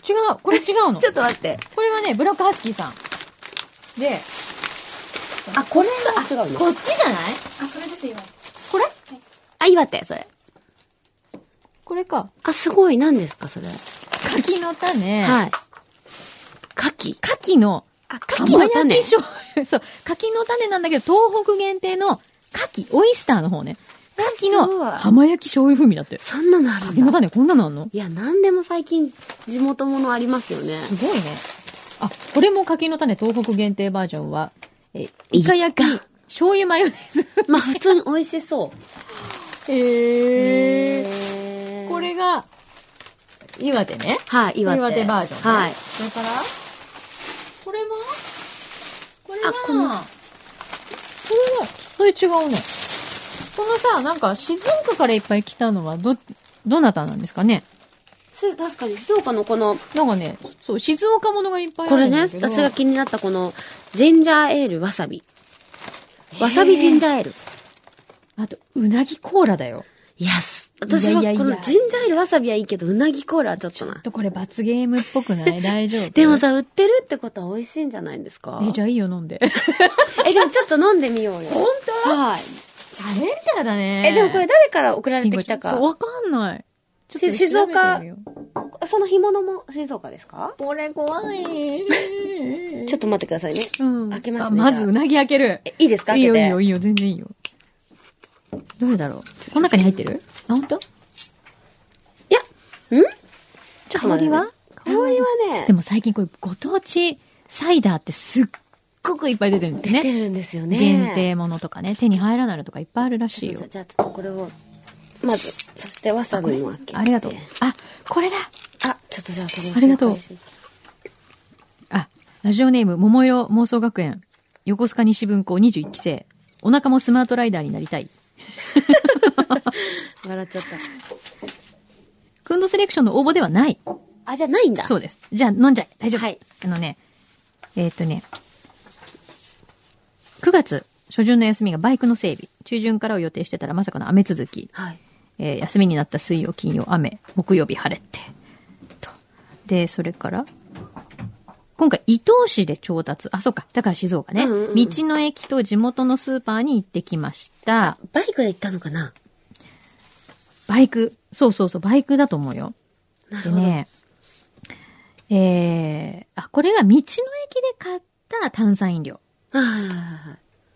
[SPEAKER 4] 違う。これ違うの。
[SPEAKER 5] ちょっと待って。
[SPEAKER 4] これはね、ブラックハスキーさん。で、
[SPEAKER 5] あ、これが、あ、違う
[SPEAKER 4] こ
[SPEAKER 5] の
[SPEAKER 4] っちじゃない
[SPEAKER 7] あ、それですよ。
[SPEAKER 5] これあ、岩手、それ。
[SPEAKER 4] これか。
[SPEAKER 5] あ、すごい。何ですか、それ。
[SPEAKER 4] 柿の種。
[SPEAKER 5] はい。牡蠣。
[SPEAKER 4] 柿の、
[SPEAKER 5] あ、
[SPEAKER 4] 柿の種。 そう。柿の種なんだけど、東北限定の柿、オイスターの方ね。柿
[SPEAKER 5] すご
[SPEAKER 4] の
[SPEAKER 5] い
[SPEAKER 4] 浜焼き醤油風味だって。
[SPEAKER 5] そんなのある
[SPEAKER 4] 柿の
[SPEAKER 5] んだ。
[SPEAKER 4] 種こんなのあんの
[SPEAKER 5] いや、なんでも最近、地元ものありますよね。
[SPEAKER 4] すごいね。あ、これも柿の種東北限定バージョンは、え、イカ焼き、醤油マヨネーズ。
[SPEAKER 5] まあ、普通に美味しそう。
[SPEAKER 4] へ
[SPEAKER 5] へ ー
[SPEAKER 4] これが、岩手ね。
[SPEAKER 5] はい、岩手。
[SPEAKER 4] 岩手バージョンね、
[SPEAKER 5] はい。
[SPEAKER 4] それから、これはこれは
[SPEAKER 5] あこの
[SPEAKER 4] これは、それ違うね。このさ、なんか静岡からいっぱい来たのは、ど、どなたなんですかね
[SPEAKER 5] それ確かに静岡のこの、
[SPEAKER 4] なんかね、そう、静岡ものがいっぱいあ
[SPEAKER 5] こ
[SPEAKER 4] る
[SPEAKER 5] れ
[SPEAKER 4] ん
[SPEAKER 5] ね、
[SPEAKER 4] だけど。
[SPEAKER 5] 私が気になったこの、ジンジャーエールわさび。わさびジンジャーエール。
[SPEAKER 4] あと、うなぎコーラだよ。
[SPEAKER 5] いや、す私
[SPEAKER 4] や
[SPEAKER 5] はい
[SPEAKER 4] いやいや
[SPEAKER 5] このジンジャーエールわさびはいいけど、うなぎコーラはちょっと
[SPEAKER 4] ちょ
[SPEAKER 5] な
[SPEAKER 4] っ。とこれ罰ゲームっぽく ない大丈夫
[SPEAKER 5] でも、さ、売ってるってことは美味しいんじゃないんですか
[SPEAKER 4] え、じゃあいいよ、飲んで。
[SPEAKER 5] え、でもちょっと飲んでみようよ。はい。
[SPEAKER 4] チャレンジャーだね。
[SPEAKER 5] え、でもこれ誰から送られてきた
[SPEAKER 4] そう
[SPEAKER 5] か。
[SPEAKER 4] わかんない。ちょっと
[SPEAKER 5] し静
[SPEAKER 4] 調べ
[SPEAKER 5] 岡
[SPEAKER 4] てみよう
[SPEAKER 5] その干物も静岡ですか
[SPEAKER 4] これ怖い。
[SPEAKER 5] ちょっと待ってくださいね。
[SPEAKER 4] うん。
[SPEAKER 5] 開けますね
[SPEAKER 4] あまずうなぎ開ける。
[SPEAKER 5] え、いいですか
[SPEAKER 4] いい
[SPEAKER 5] 開け
[SPEAKER 4] よ
[SPEAKER 5] て。
[SPEAKER 4] いいよいいよ、全然いいよ。どれだろうこの中に入ってるあ、本当？
[SPEAKER 5] いや、んちょっと
[SPEAKER 4] 香
[SPEAKER 5] 待っ
[SPEAKER 4] り
[SPEAKER 5] てね
[SPEAKER 4] は
[SPEAKER 5] 香りはね
[SPEAKER 4] で、も最近こういうご当地サイダーってすっごくいっぱい出てるんです
[SPEAKER 5] 出て
[SPEAKER 4] ね。
[SPEAKER 5] るんですよね。
[SPEAKER 4] 限定ものとかね、手に入らないのとかいっぱいあるらしいよ。
[SPEAKER 5] じゃあちょっとこれを、まず、そしてわさびも開けて。
[SPEAKER 4] ありがとう。あ、これだ
[SPEAKER 5] あ、ちょっとじゃあこれを
[SPEAKER 4] ありがとう
[SPEAKER 5] 紹介し
[SPEAKER 4] あ、ラジオネーム、桃色妄想学園、横須賀西分校21期生、お腹もスマートライダーになりたい。
[SPEAKER 5] 笑っちゃった。
[SPEAKER 4] クンドセレクションの応募ではない。
[SPEAKER 5] あ、じゃあないんだ。
[SPEAKER 4] そうです。じゃあ飲んじゃえ。大丈夫。
[SPEAKER 5] はい
[SPEAKER 4] あのね、えーっとね、9月初旬の休みがバイクの整備。中旬からを予定してたらまさかの雨続き。
[SPEAKER 5] はい。
[SPEAKER 4] えー休みになった水曜、金曜、雨、木曜日晴れて。と。で、それから、今回、伊東市で調達。あ、そうか。だから静岡ね。
[SPEAKER 5] うんうんうん
[SPEAKER 4] 道の駅と地元のスーパーに行ってきました。
[SPEAKER 5] バイクで行ったのかな
[SPEAKER 4] バイク。そうそうそう、バイクだと思うよ。
[SPEAKER 5] なる
[SPEAKER 4] で
[SPEAKER 5] ほど。
[SPEAKER 4] ね、えー、あ、これが道の駅で買った炭酸飲料
[SPEAKER 5] はいはいはいはい。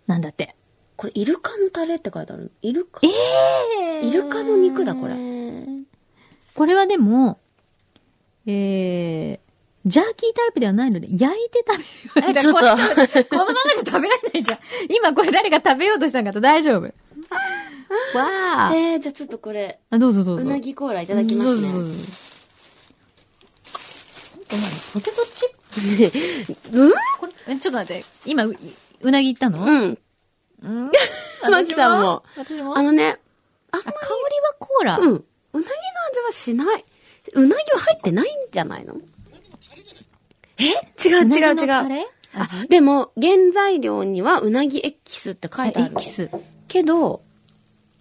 [SPEAKER 4] なんだって。
[SPEAKER 5] これ、イルカのタレって書いてある。イルカ
[SPEAKER 4] えー
[SPEAKER 5] イルカの肉だこれ。
[SPEAKER 4] これはでも、えー、ジャーキータイプではないので、焼いて食べるように。
[SPEAKER 5] えちょっと
[SPEAKER 4] これちょっと このままじゃ食べられないじゃん。今これ誰か食べようとしたんかった大丈夫。わー。
[SPEAKER 5] えー、じゃあちょっとこれ、
[SPEAKER 4] あどうぞどうぞ。
[SPEAKER 5] うなぎコーラいただきます
[SPEAKER 4] どうぞどう
[SPEAKER 5] ね。
[SPEAKER 4] ぞポテトチップ
[SPEAKER 5] うん
[SPEAKER 4] これえちょっと待って。今、ううなぎいったの
[SPEAKER 5] うん。
[SPEAKER 4] うん。
[SPEAKER 5] マキさんも
[SPEAKER 4] 私も。
[SPEAKER 5] あ
[SPEAKER 4] あ、
[SPEAKER 5] のね、あん
[SPEAKER 4] 香
[SPEAKER 5] ま
[SPEAKER 4] りはコーラ。
[SPEAKER 5] うん。うなぎの味はしない。うなぎは入ってないんじゃないのえ違う
[SPEAKER 4] うなぎ
[SPEAKER 5] 違う
[SPEAKER 4] の
[SPEAKER 5] 違
[SPEAKER 4] タ
[SPEAKER 5] う。
[SPEAKER 4] レ
[SPEAKER 5] あ
[SPEAKER 4] 味、
[SPEAKER 5] でも、原材料にはうなぎエキスって書いてある
[SPEAKER 4] エ。キス。
[SPEAKER 5] けど、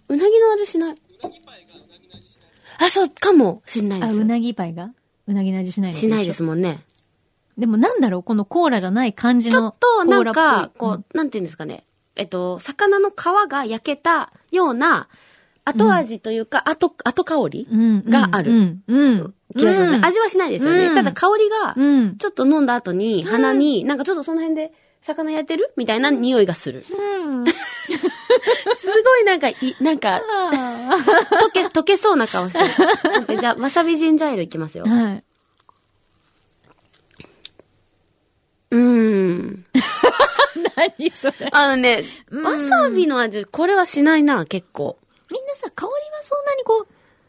[SPEAKER 5] うなぎの味しない。あ、そう、かもしんないで
[SPEAKER 4] あ、
[SPEAKER 5] す。
[SPEAKER 4] うなぎパイがうなぎの味しないのと
[SPEAKER 5] し
[SPEAKER 4] 一緒
[SPEAKER 5] ないですもんね。
[SPEAKER 4] でもなんだろうこのコーラじゃない感じ
[SPEAKER 5] ちょ
[SPEAKER 4] の
[SPEAKER 5] っ。と、な
[SPEAKER 4] コ
[SPEAKER 5] ん
[SPEAKER 4] ーラっ
[SPEAKER 5] か、
[SPEAKER 4] ぽい
[SPEAKER 5] こう、なんていうんですかね。えっと、魚の皮が焼けたような、後味というか、後、後香り
[SPEAKER 4] うん。うん
[SPEAKER 5] がある
[SPEAKER 4] うん。うん。
[SPEAKER 5] 気がしますね。
[SPEAKER 4] うん
[SPEAKER 5] 味はしないですよ
[SPEAKER 4] う
[SPEAKER 5] ね。
[SPEAKER 4] ん
[SPEAKER 5] ただ香りが、
[SPEAKER 4] うん。
[SPEAKER 5] ちょっと飲んだ後に、鼻に、なんかちょっとその辺で、魚焼いてるみたいな匂いがする。
[SPEAKER 4] うん。
[SPEAKER 5] すごいなんか、い、なんか、
[SPEAKER 4] あ
[SPEAKER 5] 溶け、溶けそうな顔してるなんか。じゃあ、わさびジンジャーエールいきますよ
[SPEAKER 4] ー。はい。
[SPEAKER 5] うーん。
[SPEAKER 4] 何それ。
[SPEAKER 5] あのね、
[SPEAKER 4] うん
[SPEAKER 5] わさびの味、これはしないな、結構。
[SPEAKER 4] みんなさ、香りはそんなにこ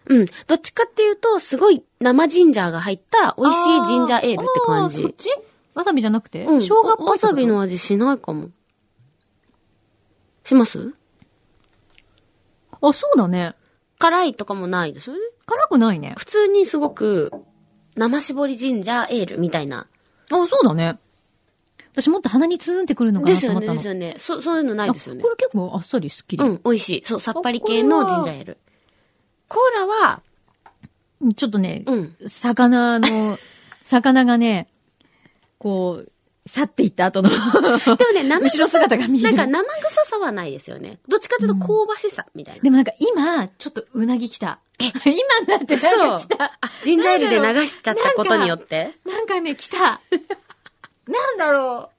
[SPEAKER 4] う、
[SPEAKER 5] うん。どっちかっていうと、すごい生ジンジャーが入った、美味しいジンジャーエールって感
[SPEAKER 4] あーそっち
[SPEAKER 5] じ。
[SPEAKER 4] わさびじゃなくて、
[SPEAKER 5] うん。
[SPEAKER 4] 生姜っぽい
[SPEAKER 5] わ
[SPEAKER 4] ってこと
[SPEAKER 5] さびの味しないかも。します
[SPEAKER 4] あ、そうだね。
[SPEAKER 5] 辛いとかもないでしょ
[SPEAKER 4] 辛くないね。
[SPEAKER 5] 普通にすごく、生絞りジンジャーエールみたいな。
[SPEAKER 4] あ、そうだね。私もっと鼻にツーンってくるのか
[SPEAKER 5] で
[SPEAKER 4] な
[SPEAKER 5] す
[SPEAKER 4] と
[SPEAKER 5] よ
[SPEAKER 4] 思っ
[SPEAKER 5] ね、
[SPEAKER 4] たの。
[SPEAKER 5] ですよね。そ、そういうのないですよね
[SPEAKER 4] あこ。れ結構あっさりすっきり。
[SPEAKER 5] うん、美味しい。そう、さっぱり系のジンジャーエール。コーラは、
[SPEAKER 4] ちょっとね、
[SPEAKER 5] うん。
[SPEAKER 4] 魚 の、魚がね、こう、去っていった後の、
[SPEAKER 5] でもね、生
[SPEAKER 4] 後ろ姿が見え
[SPEAKER 5] な
[SPEAKER 4] る。
[SPEAKER 5] んか生臭さはないですよね。どっちかというと香ばしさみたいな。
[SPEAKER 4] でもなんか今、ちょっとうなぎ来た。今になってなんか来た。
[SPEAKER 5] あ、ジンジャーエールで流しちゃったことによって。
[SPEAKER 4] なんかね、来た。 なんだろ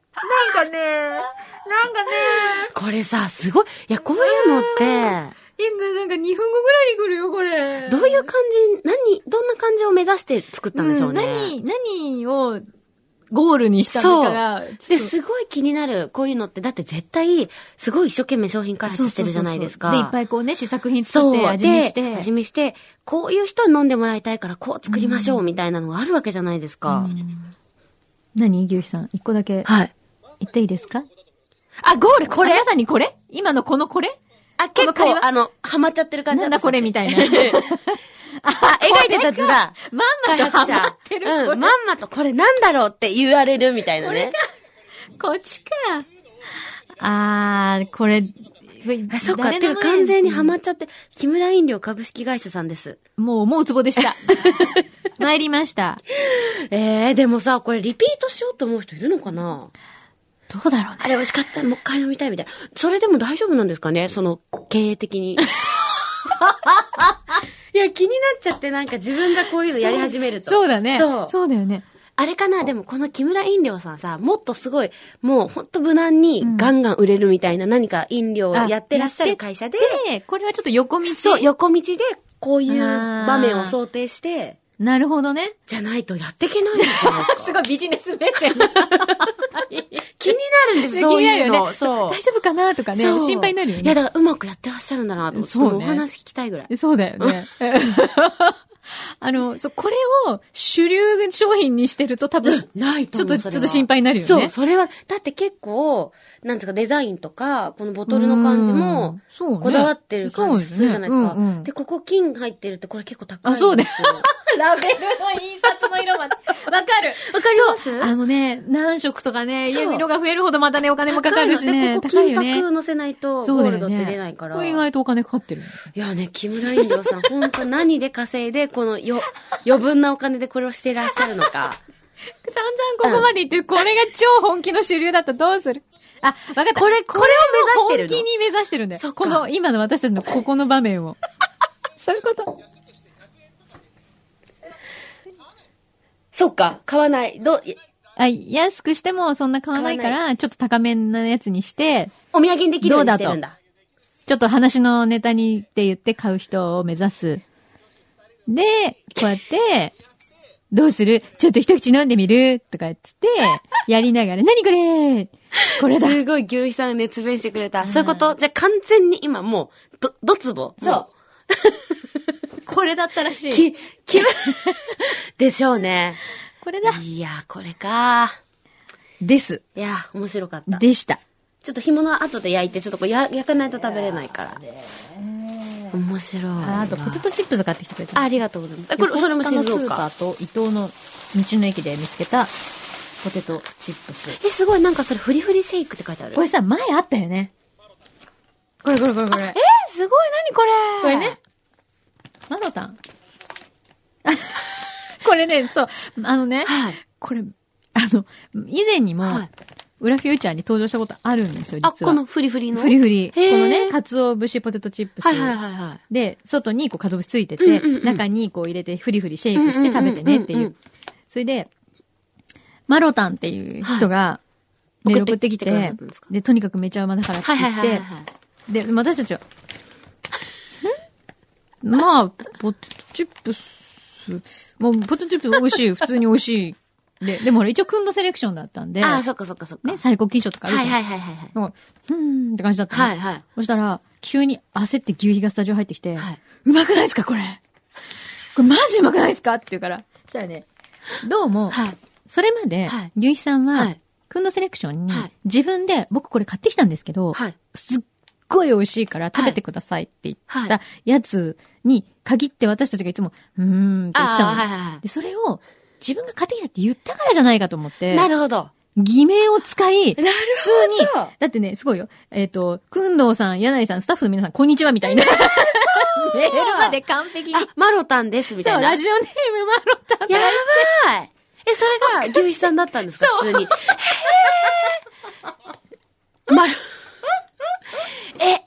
[SPEAKER 4] う。なんかね、なんかね、
[SPEAKER 5] これさ、すごい。いや、こういうのって、
[SPEAKER 4] 今なんか2分後ぐらいに来るよ、これ
[SPEAKER 5] どういう感じ、何、どんな感じを目指して作ったんでしょうね。
[SPEAKER 4] ん、何、何をゴールにしたのかが、ちょ
[SPEAKER 5] で、
[SPEAKER 4] っと
[SPEAKER 5] すごい気になる、こういうのって、だって絶対、すごい一生懸命商品開発してるじゃないですか。
[SPEAKER 4] そうそうそうそうで、いっぱいこうね、試作品作って味見し
[SPEAKER 5] で
[SPEAKER 4] て。
[SPEAKER 5] 味見して、こういう人に飲んでもらいたいから、こう作りましょう、
[SPEAKER 4] う
[SPEAKER 5] みたいなのがあるわけじゃないですか。
[SPEAKER 4] うん何牛肥さん、一個だけ
[SPEAKER 5] はい。
[SPEAKER 4] 言っていいですか
[SPEAKER 5] あ、ゴール
[SPEAKER 4] これまさにこれ今のこのこれ
[SPEAKER 5] あ、
[SPEAKER 4] こ
[SPEAKER 5] 結
[SPEAKER 4] の会話
[SPEAKER 5] 構、あの、ハマっちゃってる感じ
[SPEAKER 4] なんだこれみたいな。
[SPEAKER 5] あ、描いてた図だ。
[SPEAKER 4] まんまとハマってる。
[SPEAKER 5] うん、まんまとこれなんだろうって言われるみたいなね。
[SPEAKER 4] こっちか。あー、これ、これ
[SPEAKER 5] あ、そっか。
[SPEAKER 4] 誰
[SPEAKER 5] て
[SPEAKER 4] でも
[SPEAKER 5] か
[SPEAKER 4] ね
[SPEAKER 5] 完全にハマっちゃって、木村飲料株式会社さんです。
[SPEAKER 4] もう思うツボで した。参りました。
[SPEAKER 5] えー、でもさ、これリピートしようと思う人いるのかな
[SPEAKER 4] どうだろうね。
[SPEAKER 5] あれ美味しかった、もう一回飲みたいみたいな。それでも大丈夫なんですかねその、経営的 に。いや、気になっちゃって、なんか自分がこういうのやり始めると。
[SPEAKER 4] そうだね。
[SPEAKER 5] そう。
[SPEAKER 4] そうだよね。
[SPEAKER 5] あれかなでもこの木村飲料さんさ、もっとすごい、もうほんと無難にガンガン売れるみたいな何か飲料をやってらっしゃる会社で、
[SPEAKER 4] で、これはちょっと横道。
[SPEAKER 5] そう、横道でこういう場面を想定して、
[SPEAKER 4] なるほどね。
[SPEAKER 5] じゃないとやっていけないんじゃない ですか
[SPEAKER 4] ごいビジネス目線。
[SPEAKER 5] 気になるんです
[SPEAKER 4] 気
[SPEAKER 5] そう
[SPEAKER 4] になるよ
[SPEAKER 5] いう
[SPEAKER 4] ね
[SPEAKER 5] の。そう。
[SPEAKER 4] 大丈夫かなとかね
[SPEAKER 5] そう、
[SPEAKER 4] 心配になるよ
[SPEAKER 5] いや、
[SPEAKER 4] ね。
[SPEAKER 5] だからうまくやってらっしゃるんだなと思って、
[SPEAKER 4] そうね
[SPEAKER 5] ちょっとお話聞きたいぐらい。
[SPEAKER 4] そうだよね。 あの、そう、これを主流商品にしてると多分、
[SPEAKER 5] ない
[SPEAKER 4] ちょっ
[SPEAKER 5] 思
[SPEAKER 4] と、
[SPEAKER 5] う
[SPEAKER 4] ちょ
[SPEAKER 5] そ
[SPEAKER 4] っ
[SPEAKER 5] れは
[SPEAKER 4] と心配になるよね。
[SPEAKER 5] そう、それは、だって結構、なんですか、デザインとか、このボトルの感じも、
[SPEAKER 4] そうね、
[SPEAKER 5] こだわってる感じするじゃないですか。
[SPEAKER 4] そうねうんうん
[SPEAKER 5] で、ここ金入ってるってこれ結構高いん
[SPEAKER 4] あそうね
[SPEAKER 5] よ。
[SPEAKER 4] ラベルの印刷の色ま で。わかる。
[SPEAKER 5] わかります
[SPEAKER 4] あのね、何色とかね、
[SPEAKER 5] そう
[SPEAKER 4] 色が増えるほどまたね、お金もかかるしね。
[SPEAKER 5] 高い
[SPEAKER 4] 高いよ
[SPEAKER 5] のねここ金箔
[SPEAKER 4] ね。
[SPEAKER 5] 乗せないと、
[SPEAKER 4] そ
[SPEAKER 5] ゴ
[SPEAKER 4] う
[SPEAKER 5] ー
[SPEAKER 4] だ
[SPEAKER 5] ルド
[SPEAKER 4] よ
[SPEAKER 5] って
[SPEAKER 4] ね。
[SPEAKER 5] 出ないから。
[SPEAKER 4] これ意外とお金かかってる。
[SPEAKER 5] いやね、木村飲料さん、本当何で稼いで、こ のよ、余分なお金でこれをしてらっしゃるのか。
[SPEAKER 4] 散々ここまで言って、これが超本気の主流だったらどうするあ、わかった。これ、これを
[SPEAKER 5] 目指してるの
[SPEAKER 4] 本気に目指してるんだよ。
[SPEAKER 5] そっか
[SPEAKER 4] この、今の私たちのここの場面を。 そういうこと。
[SPEAKER 5] そっか、買わない。どう、
[SPEAKER 4] あ、安くしてもそんな買わないから、ちょっと高めなやつにして、
[SPEAKER 5] お土産にできるようにしてるんだ。
[SPEAKER 4] ちょっと話のネタにって言って買う人を目指す。で、こうやって、どうするちょっと一口飲んでみるとか言って、やりながら、何これこれだ
[SPEAKER 5] すごい、牛肥さん熱弁してくれた。そういうことじゃあ完全に今もう、ど、どつぼ
[SPEAKER 4] そう。これだったらし
[SPEAKER 5] う
[SPEAKER 4] い。
[SPEAKER 5] き、き、 でしょうね。
[SPEAKER 4] これだ。
[SPEAKER 5] いや、これか。
[SPEAKER 4] です。
[SPEAKER 5] いや、面白かった。ちょ
[SPEAKER 4] でした。
[SPEAKER 5] っと干物は後で焼いて、ちょっとこうや焼かないと食べれないから。面白い。
[SPEAKER 4] ああと、ポテトチップス買ってきてくれ
[SPEAKER 5] あ
[SPEAKER 4] た。
[SPEAKER 5] ありがとうございます。えこれ、それも
[SPEAKER 4] 横須賀の
[SPEAKER 5] 静
[SPEAKER 4] スーパ
[SPEAKER 5] 岡。
[SPEAKER 4] ーと伊東の道の駅で見つけたポテトチップス。
[SPEAKER 5] え、すごい、なんかそれ、フリフリシェイクって書いてある。
[SPEAKER 4] これさ、前あったよね。これこれこれこれ。え
[SPEAKER 5] すごい、何これ
[SPEAKER 4] これね。。マロタン。 これね、そう。あのね、
[SPEAKER 5] はい。
[SPEAKER 4] これ、あの、以前にも、
[SPEAKER 5] はい
[SPEAKER 4] ウラフューチャーに登場したことあるんですよ、実は。
[SPEAKER 5] あ、このフリフリの。
[SPEAKER 4] フリフリ。こ
[SPEAKER 5] へー
[SPEAKER 4] のね、鰹節ポテトチップス。
[SPEAKER 5] はいはいはいはい。
[SPEAKER 4] で、外にこう、鰹節ついてて、
[SPEAKER 5] うんうんうん
[SPEAKER 4] 中にこう入れて、フリフリシェイクして食べてねって
[SPEAKER 5] う
[SPEAKER 4] い
[SPEAKER 5] んうんうんう。
[SPEAKER 4] うんそれで、マロタンっていう人が、メール送ってきて、
[SPEAKER 5] 送ってきてくれたんですか
[SPEAKER 4] で、とにかくめちゃうまだからって
[SPEAKER 5] はいは
[SPEAKER 4] 言
[SPEAKER 5] い
[SPEAKER 4] って、
[SPEAKER 5] はいはい。
[SPEAKER 4] で、私たちは、 んまあ、ポテトチップス、もうポテトチップス美味しい、普通に美味しい。で、でもあれ一応クンドセレクションだったんで、
[SPEAKER 5] あ、そっかそっかそっか。
[SPEAKER 4] ね、最高金賞とかあるじ
[SPEAKER 5] は
[SPEAKER 4] ゃん
[SPEAKER 5] いはいはいはいはい。
[SPEAKER 4] なんかふーんって感じだったの、
[SPEAKER 5] はいはい。
[SPEAKER 4] そしたら、急に焦って牛皮がスタジオ入ってきて、
[SPEAKER 5] はいう
[SPEAKER 4] まくないですかこれ。これマジうまくないですかって言うから。そしたらね、どうも、
[SPEAKER 5] はい。
[SPEAKER 4] それまで、
[SPEAKER 5] はい
[SPEAKER 4] 牛皮さんは、
[SPEAKER 5] はい
[SPEAKER 4] クンドセレクションに、
[SPEAKER 5] はい
[SPEAKER 4] 自分で、僕これ買ってきたんですけど、
[SPEAKER 5] はい。
[SPEAKER 4] すっごい美味しいから食べてくださいって言ったやつに限って私たちがいつも、うーんって言ってた
[SPEAKER 5] あ
[SPEAKER 4] の
[SPEAKER 5] あ、
[SPEAKER 4] ね。
[SPEAKER 5] はいはいは
[SPEAKER 4] で、それを自分が買ってきたって言ったからじゃないかと思っ
[SPEAKER 5] い。
[SPEAKER 4] て、
[SPEAKER 5] なるほど。
[SPEAKER 4] 偽名を使い、普通に
[SPEAKER 5] ど、
[SPEAKER 4] だってね、すごいよ。えっ、と、くんどうさん、柳井さん、スタッフの皆さん、こんにちは、みたいな。 メールまで完璧に。
[SPEAKER 5] あ、マロタンです、みたい
[SPEAKER 4] そう、
[SPEAKER 5] な。
[SPEAKER 4] ラジオネーム、マロタン。
[SPEAKER 5] やばい え、それが、牛肥さんだったんですか普通に。へーまる。え、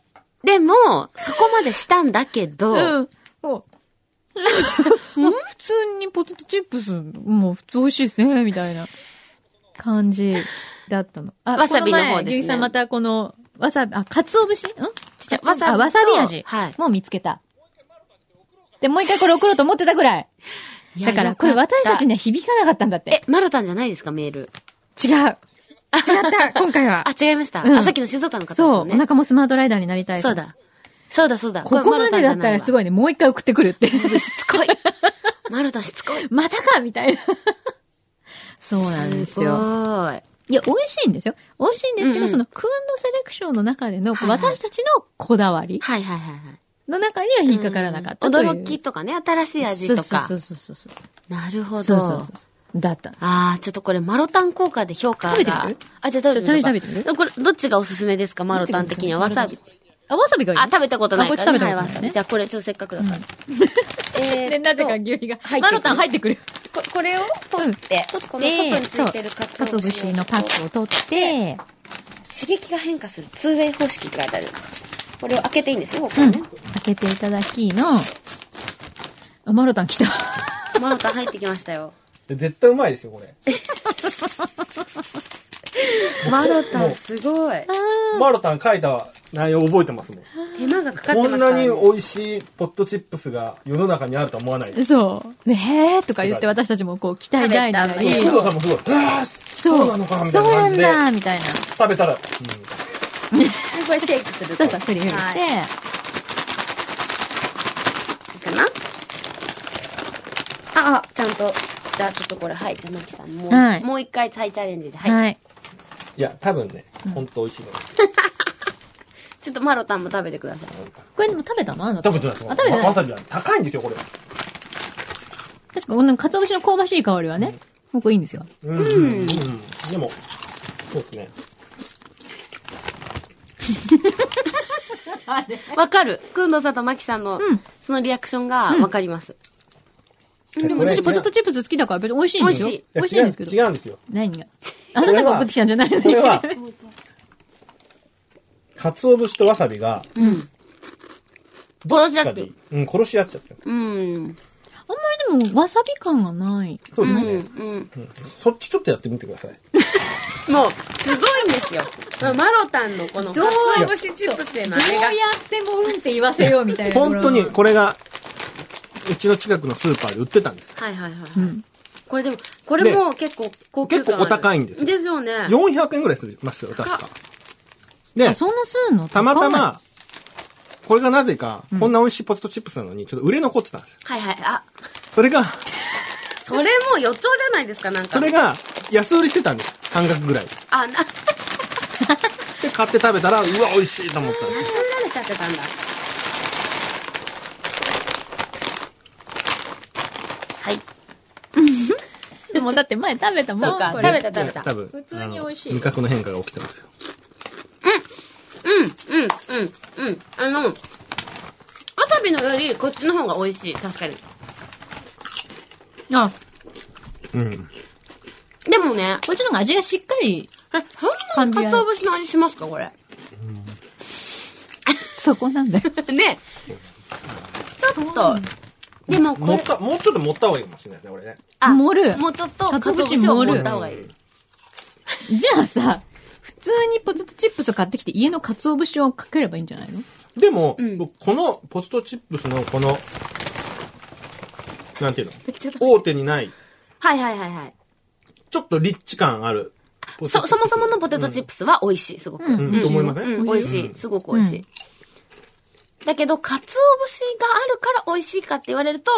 [SPEAKER 5] でも、そこまでしたんだけど、
[SPEAKER 4] うん。も うあ普通にポテトチップス、もう普通美味しいですね、みたいな感じだったの。あ
[SPEAKER 5] わさびの方
[SPEAKER 4] こ前
[SPEAKER 5] ですね
[SPEAKER 4] ゆきさんまたこの、わさび、あ、かつお節んちっちゃい。
[SPEAKER 5] わさびと
[SPEAKER 4] あわさび味。
[SPEAKER 5] はい
[SPEAKER 4] もう見つけた。で、もう一回これ送ろうと思ってたぐらい。
[SPEAKER 5] いや
[SPEAKER 4] だから、
[SPEAKER 5] よ
[SPEAKER 4] こ
[SPEAKER 5] かっ
[SPEAKER 4] れ私たちには響かなかったんだって
[SPEAKER 5] え。、マロタンじゃないですか、メール。
[SPEAKER 4] 違う。違った、今回は
[SPEAKER 5] あ、。違いました。
[SPEAKER 4] うん
[SPEAKER 5] あ、さっきの静岡の方です
[SPEAKER 4] そ
[SPEAKER 5] よ
[SPEAKER 4] う、お
[SPEAKER 5] ね。
[SPEAKER 4] 腹もスマートライダーになりたい。
[SPEAKER 5] そう。だ。そうだ、そうだ。
[SPEAKER 4] ここまでだったらす
[SPEAKER 5] い。
[SPEAKER 4] ごいね、もう一回送ってくるって。
[SPEAKER 5] しつこい。 マロタンしつこい。
[SPEAKER 4] またかみたいな。そうなんです
[SPEAKER 5] す
[SPEAKER 4] よ。
[SPEAKER 5] ごい。
[SPEAKER 4] いや、美味しいんですよ。美味しいんですけど、
[SPEAKER 5] うんうん
[SPEAKER 4] その、クンドセレクションの中での、
[SPEAKER 5] はいはい
[SPEAKER 4] 私たちのこだわり
[SPEAKER 5] はいはいはいはい。
[SPEAKER 4] の中には引っかからなかったという。
[SPEAKER 5] 驚きとかね、新しい味とか
[SPEAKER 4] そう。そうそうそうそう。
[SPEAKER 5] なるほど。
[SPEAKER 4] そうそうそう。だった。
[SPEAKER 5] ああ、ちょっとこれマロタン効果で評価が。
[SPEAKER 4] 食べてみる
[SPEAKER 5] あ、じゃあ食
[SPEAKER 4] ちょ
[SPEAKER 5] べてみるか。
[SPEAKER 4] っと試して食べてみ
[SPEAKER 5] これ、どっちがおすすめですかマロタン的には。
[SPEAKER 4] ど
[SPEAKER 5] わ
[SPEAKER 4] っちが
[SPEAKER 5] さ
[SPEAKER 4] おすす
[SPEAKER 5] び
[SPEAKER 4] め。あ、わさびがいいの
[SPEAKER 5] あ、食べたことないから、
[SPEAKER 4] あこっち食べたことないね
[SPEAKER 5] はいわさびじゃあこれ、ちょっとせっかくだから。えーっと
[SPEAKER 4] で、なぜか牛皮が。
[SPEAKER 5] 入ってくる
[SPEAKER 4] マロタン入ってくる。
[SPEAKER 5] ここれを取って、
[SPEAKER 4] うん
[SPEAKER 5] この外についてる
[SPEAKER 4] そう
[SPEAKER 5] か
[SPEAKER 4] か
[SPEAKER 5] つ
[SPEAKER 4] つ
[SPEAKER 5] お
[SPEAKER 4] お
[SPEAKER 5] 節
[SPEAKER 4] 節
[SPEAKER 5] の
[SPEAKER 4] の
[SPEAKER 5] パ
[SPEAKER 4] パ
[SPEAKER 5] ッ
[SPEAKER 4] ックを取って、
[SPEAKER 5] 刺激が変化する 2way 方式って書いてある。これを開けていいんですね、ここ
[SPEAKER 4] うん。
[SPEAKER 5] ね。
[SPEAKER 4] 開けていただきの、あ、マロタン来た。
[SPEAKER 5] マロタン入ってきましたよ。
[SPEAKER 7] で絶対うまいですよ、これ。
[SPEAKER 5] マロタンすごい。
[SPEAKER 7] マルタン書いた内容覚えてますもん。
[SPEAKER 5] 手間がかかってま
[SPEAKER 7] こ
[SPEAKER 5] す
[SPEAKER 7] ん
[SPEAKER 5] か
[SPEAKER 7] な
[SPEAKER 5] ら
[SPEAKER 7] に
[SPEAKER 5] ね
[SPEAKER 7] 美味しいポットチップスが世の中にあるとは思わないです。
[SPEAKER 4] そう。ねへーとか言って私たちもこう期待大になり。
[SPEAKER 7] 工藤さんもすごい、あーそうなのかみたいな感じ
[SPEAKER 4] そう
[SPEAKER 7] で
[SPEAKER 4] なんだみたいな。
[SPEAKER 7] 食べたら、うん
[SPEAKER 5] これシェイクする
[SPEAKER 4] そ
[SPEAKER 5] と
[SPEAKER 4] うそう、ふりふりして。
[SPEAKER 5] はいいいかなあ、あ、ちゃんと。じゃあちょっとこれ、はい、じゃあ、マキさん、もう、
[SPEAKER 4] はい
[SPEAKER 5] もう一回再チャレンジで、はい。
[SPEAKER 4] はい。
[SPEAKER 7] いや、多分ね、ほんと美味しいの。
[SPEAKER 5] ちょっとマロタンも食べてください。
[SPEAKER 4] これでも食べたのあなた
[SPEAKER 7] 食べてないです
[SPEAKER 4] あ、食べてない。
[SPEAKER 7] わさ
[SPEAKER 4] 確
[SPEAKER 7] びは高いんですよ、これ。
[SPEAKER 4] か、このかつお節の香ばしい香りはね、もうこれいいんですよ。
[SPEAKER 7] うん。うん。でも、そうですね。
[SPEAKER 5] わかる。くんのさんとマキさんの、
[SPEAKER 4] ん
[SPEAKER 5] そのリアクションがわかります。
[SPEAKER 4] でも
[SPEAKER 7] これ
[SPEAKER 4] 私ポテトチップス好きだから別に美味しいんですよ。
[SPEAKER 5] 美味しい
[SPEAKER 4] 美味しいんですけ
[SPEAKER 7] や
[SPEAKER 4] ど。
[SPEAKER 7] 違う違うんですよ。
[SPEAKER 4] 何があなたが送ってきたんじゃないの
[SPEAKER 7] こ
[SPEAKER 4] に
[SPEAKER 7] れ。は、鰹節とわさびが、
[SPEAKER 5] うん。
[SPEAKER 7] どっち
[SPEAKER 5] 殺し合
[SPEAKER 7] か
[SPEAKER 5] って
[SPEAKER 7] で
[SPEAKER 5] る、
[SPEAKER 7] うん、殺し合っちゃってる。
[SPEAKER 5] うん。
[SPEAKER 4] あんまりでもわさび感がない。
[SPEAKER 7] そう
[SPEAKER 5] う
[SPEAKER 7] です
[SPEAKER 5] ん。
[SPEAKER 7] ね。
[SPEAKER 5] うん。
[SPEAKER 7] そっちちょっとやってみてください。
[SPEAKER 5] もう、すごいんですよ。マロタンのこの、どう
[SPEAKER 4] う
[SPEAKER 5] 節チップスへ
[SPEAKER 4] ど
[SPEAKER 5] の
[SPEAKER 4] うやってもうんって言わせようみたいな。
[SPEAKER 7] 本当に。これが、うちの近くのスーパーで売ってたんです。
[SPEAKER 5] はいはいはい。
[SPEAKER 4] うん。
[SPEAKER 5] これでも、これも結構高級感ある
[SPEAKER 7] 結構お高いんですよ
[SPEAKER 5] ですよね。
[SPEAKER 7] 400円ぐらいするますよ、確か。で
[SPEAKER 4] あ、そんなすんの
[SPEAKER 7] たまた
[SPEAKER 4] 高い
[SPEAKER 7] ま、これがなぜか、こんな美味しいポテトチップスなのに、ちょっと売れ残ってたんですよ。
[SPEAKER 5] はいはい。あ、
[SPEAKER 7] それが、
[SPEAKER 5] それも予兆じゃないですか、なんか。
[SPEAKER 7] それが、安売りしてたんです。半額ぐらいで。
[SPEAKER 5] あ、な、
[SPEAKER 7] で、買って食べたら、うわ、美味しいと思ったんです。
[SPEAKER 5] 盗られちゃってたんだ。はい。
[SPEAKER 4] でもだって前食べたもん。
[SPEAKER 5] そうか
[SPEAKER 4] これ
[SPEAKER 5] 食べた食べた
[SPEAKER 7] 多分
[SPEAKER 4] 普通に美味しい
[SPEAKER 7] あの味覚の変化が起きてますよ。
[SPEAKER 5] うん、うん、うん、うん。あの、わさびのよりこっちの方が美味しい、確かに。
[SPEAKER 4] あ、
[SPEAKER 7] うん。
[SPEAKER 5] でもね、
[SPEAKER 4] こっちの方が味がしっかり、
[SPEAKER 5] え、そんなに鰹節の味しますか、これ。
[SPEAKER 4] そこなんだよ。
[SPEAKER 5] ね。ちょっと、でもこ
[SPEAKER 7] もっ
[SPEAKER 5] れ、
[SPEAKER 7] た、もうちょっと持った方がいいかもしれないですね、俺ね。
[SPEAKER 5] あ
[SPEAKER 4] 盛る。
[SPEAKER 5] もうちょっと、
[SPEAKER 4] 鰹
[SPEAKER 5] 鰹
[SPEAKER 4] 節
[SPEAKER 5] 節を
[SPEAKER 4] 盛る
[SPEAKER 5] 盛った方がいい。
[SPEAKER 4] じゃあさ、普通にポテトチップスを買ってきて家の鰹節をかければいいんじゃないの
[SPEAKER 7] でも、
[SPEAKER 5] うん
[SPEAKER 7] 僕このポテトチップスのこの、なんていうの大手にない、
[SPEAKER 5] はいはいはいはい。
[SPEAKER 7] ちょっとリッチ感ある。
[SPEAKER 5] そ、そもそものポテトチッ
[SPEAKER 7] プ
[SPEAKER 5] プスは美味しい、すごく。
[SPEAKER 4] うん
[SPEAKER 7] うん、と思いません、
[SPEAKER 5] うん、美味しい。すごく美味しい。
[SPEAKER 4] う
[SPEAKER 5] だけど、鰹節があるから美味しいかって言われると、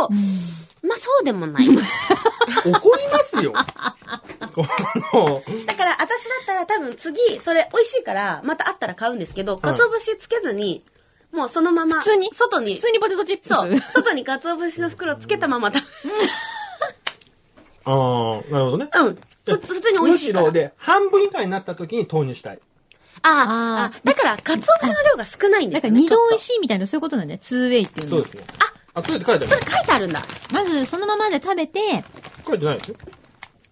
[SPEAKER 5] まあそうでもない。だ
[SPEAKER 7] 怒りますよ。 この、
[SPEAKER 5] から、私だったら多分次、それ美味しいから、またあったら買うんですけど、鰹節つけずに、もうそのまま、
[SPEAKER 4] 普通に
[SPEAKER 5] 外に
[SPEAKER 4] 普、通にポテトチップス
[SPEAKER 5] そう、外に鰹節の袋つけたまま食べ
[SPEAKER 7] あー、なるほどね。
[SPEAKER 5] うん。ふ普通に美
[SPEAKER 7] む
[SPEAKER 5] 味し
[SPEAKER 7] し
[SPEAKER 5] いから。
[SPEAKER 7] ろで、半分以下になった時に投入したい。
[SPEAKER 5] あーあ、だから、鰹節の量が少ないんで
[SPEAKER 4] なん
[SPEAKER 5] す
[SPEAKER 4] か
[SPEAKER 5] よ、ね。
[SPEAKER 4] 二度美味
[SPEAKER 5] しい。
[SPEAKER 4] しいみたいな、そういうことなんだよ。ツーウェイっていう
[SPEAKER 7] そう
[SPEAKER 4] の
[SPEAKER 7] ですね。あ、あ、これって書いてあ
[SPEAKER 5] そ
[SPEAKER 7] る
[SPEAKER 5] れ。書いてあるんだ。
[SPEAKER 4] まず、そのままで食べて、
[SPEAKER 7] 書いてないですよ。